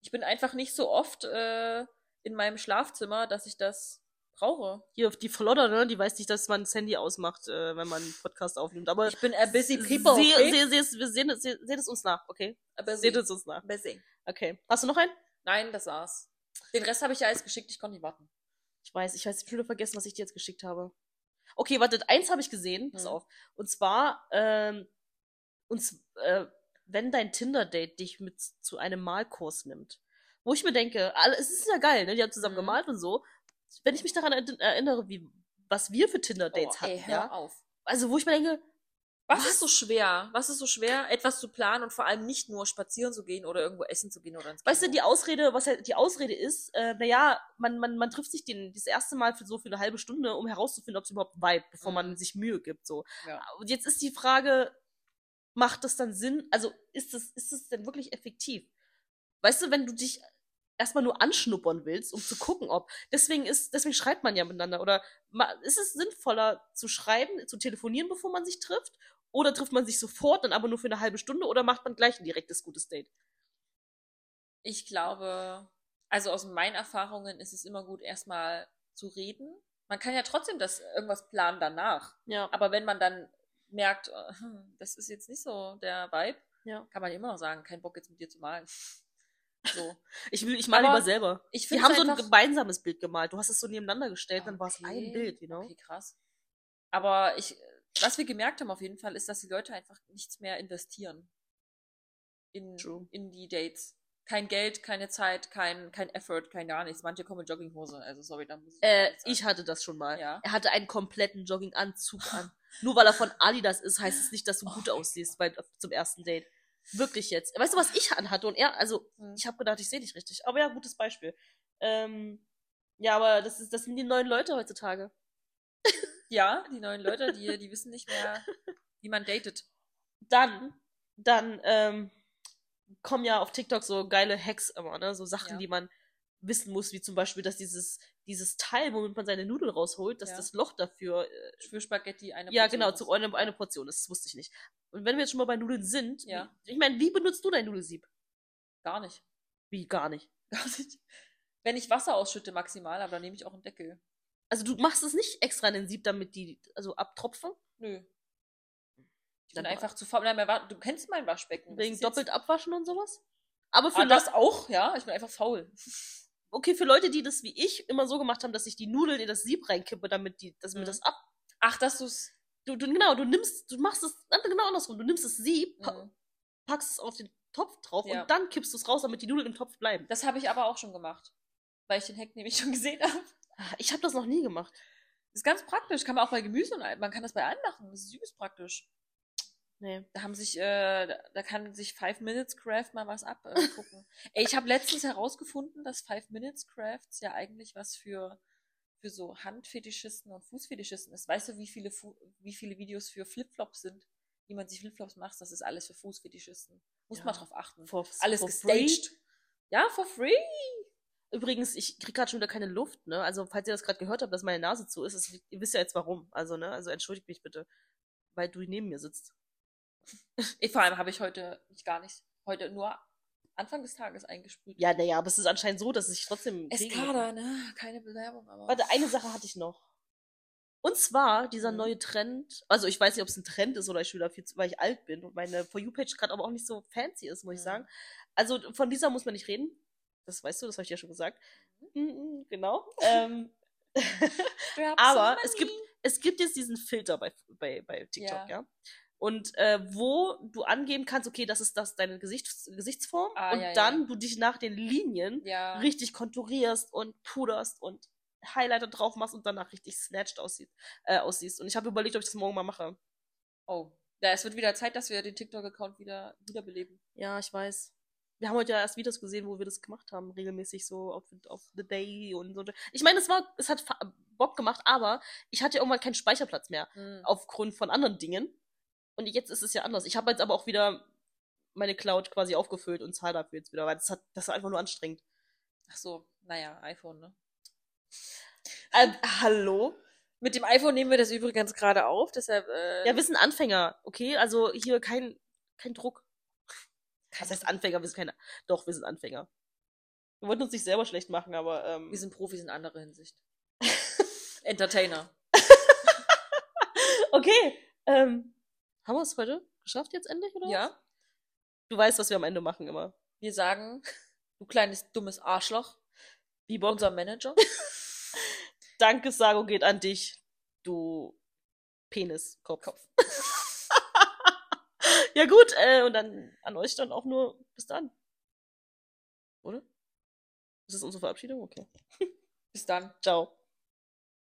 [SPEAKER 1] ich bin einfach nicht so oft äh, in meinem Schlafzimmer, dass ich das brauche.
[SPEAKER 2] Hier auf die Flodder, ne? Die weiß nicht, dass man das Handy ausmacht, äh, wenn man einen Podcast aufnimmt. Aber
[SPEAKER 1] Ich bin a busy
[SPEAKER 2] Sie-
[SPEAKER 1] people. okay?
[SPEAKER 2] Sie, sie, sie, wir sehen, es- sie, seht es uns nach, okay?
[SPEAKER 1] A busy.
[SPEAKER 2] Seht es uns nach.
[SPEAKER 1] busy.
[SPEAKER 2] Okay. Hast du noch einen?
[SPEAKER 1] Nein, das war's. Den Rest habe ich ja alles geschickt, ich konnte nicht warten.
[SPEAKER 2] Ich weiß, ich weiß, ich habe vergessen, was ich dir jetzt geschickt habe. Okay, wartet, eins habe ich gesehen, pass
[SPEAKER 1] Hm.
[SPEAKER 2] auf. Und zwar, ähm, uns, äh, wenn dein Tinder-Date dich mit zu einem Malkurs nimmt. Wo ich mir denke, alle- es ist ja geil, ne? Die haben zusammen
[SPEAKER 1] Mhm.
[SPEAKER 2] gemalt und so. Wenn ich mich daran erinner- erinnere, wie, was wir für Tinder-Dates
[SPEAKER 1] Oh, ey,
[SPEAKER 2] hatten,
[SPEAKER 1] hör
[SPEAKER 2] ja.
[SPEAKER 1] auf.
[SPEAKER 2] Also, wo ich mir denke,
[SPEAKER 1] Was, ist so schwer? Was ist so schwer, etwas zu planen und vor allem nicht nur spazieren zu gehen oder irgendwo essen zu gehen oder ins
[SPEAKER 2] weißt du,
[SPEAKER 1] Kino?
[SPEAKER 2] die Ausrede, was halt die Ausrede ist, äh, naja, man, man, man trifft sich den, das erste Mal für so für eine halbe Stunde, um herauszufinden, ob es überhaupt vibe, bevor
[SPEAKER 1] Mhm.
[SPEAKER 2] man sich Mühe gibt, so.
[SPEAKER 1] Ja.
[SPEAKER 2] Und jetzt ist die Frage, macht das dann Sinn? Also, ist das, ist das denn wirklich effektiv? Weißt du, wenn du dich erstmal nur anschnuppern willst, um zu gucken, ob, deswegen ist, deswegen schreibt man ja miteinander, oder ma- ist es sinnvoller zu schreiben, zu telefonieren, bevor man sich trifft? Oder trifft man sich sofort, dann aber nur für eine halbe Stunde, oder macht man gleich ein direktes gutes Date?
[SPEAKER 1] Ich glaube, also aus meinen Erfahrungen ist es immer gut, erstmal zu reden. Man kann ja trotzdem das irgendwas planen danach.
[SPEAKER 2] Ja.
[SPEAKER 1] Aber wenn man dann merkt, äh, hm, das ist jetzt nicht so der Vibe,
[SPEAKER 2] Ja.
[SPEAKER 1] kann man immer noch sagen, kein Bock jetzt mit dir zu malen. So.
[SPEAKER 2] Ich will, ich male
[SPEAKER 1] Aber
[SPEAKER 2] lieber selber.
[SPEAKER 1] Ich
[SPEAKER 2] Wir
[SPEAKER 1] finde
[SPEAKER 2] haben so ein gemeinsames Bild gemalt. Du hast es so nebeneinander gestellt, dann war es
[SPEAKER 1] Okay,
[SPEAKER 2] ein Bild, you know?
[SPEAKER 1] Okay, krass. Aber ich, was wir gemerkt haben auf jeden Fall, ist, dass die Leute einfach nichts mehr investieren. In,
[SPEAKER 2] True.
[SPEAKER 1] in die Dates. Kein Geld, keine Zeit, kein, kein Effort, kein gar nichts. Manche kommen in Jogginghose. Also sorry, da muss ich.
[SPEAKER 2] Äh,
[SPEAKER 1] nichts sagen.
[SPEAKER 2] ich hatte das schon mal.
[SPEAKER 1] Ja.
[SPEAKER 2] Er hatte einen kompletten Jogginganzug an. Nur weil er von Adidas ist, heißt es nicht, dass du
[SPEAKER 1] Oh
[SPEAKER 2] gut
[SPEAKER 1] mein
[SPEAKER 2] aussiehst bei, zum ersten Date. Wirklich jetzt. Weißt du, was ich anhatte? Und er, also,
[SPEAKER 1] Hm.
[SPEAKER 2] ich habe gedacht, ich sehe dich richtig. Aber ja, gutes Beispiel. Ähm, ja, aber das, ist, das sind die neuen Leute heutzutage.
[SPEAKER 1] Ja, die neuen Leute, die, die wissen nicht mehr, wie man datet.
[SPEAKER 2] dann, dann ähm, kommen ja auf TikTok so geile Hacks immer, ne? So Sachen,
[SPEAKER 1] Ja.
[SPEAKER 2] die man wissen muss, wie zum Beispiel, dass dieses, dieses Teil, womit man seine Nudel rausholt, dass
[SPEAKER 1] Ja.
[SPEAKER 2] das Loch dafür, äh,
[SPEAKER 1] Für Spaghetti eine
[SPEAKER 2] ja
[SPEAKER 1] Portion
[SPEAKER 2] genau,
[SPEAKER 1] ist.
[SPEAKER 2] zu einer, eine Portion ist, das wusste ich nicht. Und wenn wir jetzt schon mal bei Nudeln sind,
[SPEAKER 1] Ja.
[SPEAKER 2] wie, ich meine, wie benutzt du dein Nudelsieb?
[SPEAKER 1] Gar nicht.
[SPEAKER 2] Wie, gar nicht.
[SPEAKER 1] Gar nicht. Wenn ich Wasser ausschütte maximal, aber dann nehme ich auch einen Deckel.
[SPEAKER 2] Also du machst es nicht extra in den Sieb, damit die, also abtropfen,
[SPEAKER 1] Nö. Ich bin
[SPEAKER 2] Dann-
[SPEAKER 1] einfach zu faul. Nein, mein Wa- Du kennst mein Waschbecken.
[SPEAKER 2] wegen
[SPEAKER 1] Das ist jetzt-
[SPEAKER 2] doppelt abwaschen und sowas? Aber für
[SPEAKER 1] Ah,
[SPEAKER 2] Leu-
[SPEAKER 1] das auch, ja. Ich bin einfach faul.
[SPEAKER 2] okay, für Leute, die das wie ich immer so gemacht haben, dass ich die Nudeln in das Sieb reinkippe, damit die, dass
[SPEAKER 1] Mhm.
[SPEAKER 2] mir das ab
[SPEAKER 1] Ach, dass du's.
[SPEAKER 2] Du, du, genau, du nimmst, du machst es dann genau andersrum. Du nimmst das Sieb, pa
[SPEAKER 1] Mhm.
[SPEAKER 2] packst es auf den Topf drauf
[SPEAKER 1] Ja.
[SPEAKER 2] und dann kippst du es raus, damit die Nudeln im Topf bleiben.
[SPEAKER 1] Das habe ich aber auch schon gemacht. Weil ich den Hack nämlich schon gesehen habe.
[SPEAKER 2] Ah, Ich habe das noch nie gemacht.
[SPEAKER 1] Ist ganz praktisch. Kann man auch bei Gemüse und all- man kann das bei allem machen. Das ist süß praktisch.
[SPEAKER 2] Nee.
[SPEAKER 1] Da haben sich, äh, da- da kann sich Five Minutes Craft mal was abgucken. Ey, ich habe letztens herausgefunden, dass Five Minutes Crafts ja eigentlich was für, für so Handfetischisten und Fußfetischisten ist. Weißt du, wie viele, Fu wie viele Videos für Flipflops sind? Wie man sich Flipflops macht, das ist alles für Fußfetischisten. Muss
[SPEAKER 2] Ja.
[SPEAKER 1] man drauf achten.
[SPEAKER 2] For,
[SPEAKER 1] alles
[SPEAKER 2] for
[SPEAKER 1] gestaged. Ja, for free.
[SPEAKER 2] Free. Übrigens, ich krieg gerade schon wieder keine Luft, ne? Also, falls ihr das gerade gehört habt, dass meine Nase zu ist, es liegt, ihr wisst ja jetzt warum. Also, ne? Also, entschuldigt mich bitte, weil du neben mir sitzt.
[SPEAKER 1] Ich, vor allem habe ich heute nicht gar nicht, heute nur Anfang des Tages eingesprüht.
[SPEAKER 2] Ja, naja, aber es ist anscheinend so, dass ich trotzdem. kriege.
[SPEAKER 1] Escada, ne? Keine Bewerbung, aber.
[SPEAKER 2] Warte, eine Sache hatte ich noch. Und zwar dieser
[SPEAKER 1] Mhm.
[SPEAKER 2] neue Trend. Also ich weiß nicht, ob es ein Trend ist oder ich schon wieder viel zu, weil ich alt bin und meine For You Page gerade aber auch nicht so fancy ist, muss ich
[SPEAKER 1] Mhm.
[SPEAKER 2] sagen. Also von dieser muss man nicht reden. Das weißt du, das habe ich ja schon gesagt. Mhm, genau. ähm,
[SPEAKER 1] Grab
[SPEAKER 2] aber
[SPEAKER 1] some
[SPEAKER 2] es
[SPEAKER 1] money.
[SPEAKER 2] gibt- es gibt jetzt diesen Filter bei, bei, bei TikTok,
[SPEAKER 1] Ja.
[SPEAKER 2] ja. Und äh, wo du angeben kannst, okay, das ist das deine Gesichts Gesichtsform
[SPEAKER 1] Ah,
[SPEAKER 2] und
[SPEAKER 1] ja, ja.
[SPEAKER 2] dann du dich nach den Linien
[SPEAKER 1] Ja.
[SPEAKER 2] richtig konturierst und puderst und Highlighter drauf machst und danach richtig snatched aussieht, äh, aussiehst. Und ich habe überlegt, ob ich das morgen mal mache.
[SPEAKER 1] Oh. Ja, es wird wieder Zeit, dass wir den TikTok-Account wieder wiederbeleben.
[SPEAKER 2] Ja, ich weiß. Wir haben heute ja erst Videos gesehen, wo wir das gemacht haben, regelmäßig so auf, auf The Day und so. Ich meine, es war, es hat fa- Bock gemacht, aber ich hatte irgendwann keinen Speicherplatz mehr
[SPEAKER 1] Hm.
[SPEAKER 2] aufgrund von anderen Dingen. Und jetzt ist es ja anders. Ich habe jetzt aber auch wieder meine Cloud quasi aufgefüllt und zahle dafür jetzt wieder, weil das, hat, das war einfach nur anstrengend.
[SPEAKER 1] Ach so, naja, iPhone, ne?
[SPEAKER 2] Ähm, hallo?
[SPEAKER 1] Mit dem iPhone nehmen wir das übrigens gerade auf, deshalb. Äh,
[SPEAKER 2] Ja, wir sind Anfänger, okay? Also hier kein, kein Druck.
[SPEAKER 1] kein-
[SPEAKER 2] Das heißt Anfänger, wir sind keine. Doch, wir sind Anfänger. Wir wollten uns nicht selber schlecht machen, aber ähm,
[SPEAKER 1] wir sind Profis in anderer Hinsicht. Entertainer.
[SPEAKER 2] okay. Ähm, haben wir es heute geschafft jetzt endlich, oder?
[SPEAKER 1] Ja?
[SPEAKER 2] Du weißt, was wir am Ende machen immer.
[SPEAKER 1] Wir sagen, du kleines dummes Arschloch,
[SPEAKER 2] Bebop,
[SPEAKER 1] unser Manager.
[SPEAKER 2] Dankessagung geht an dich, du Peniskopf. ja gut, äh, und dann an euch dann auch nur bis dann. Oder? Ist das unsere Verabschiedung? Okay.
[SPEAKER 1] Bis dann.
[SPEAKER 2] Ciao.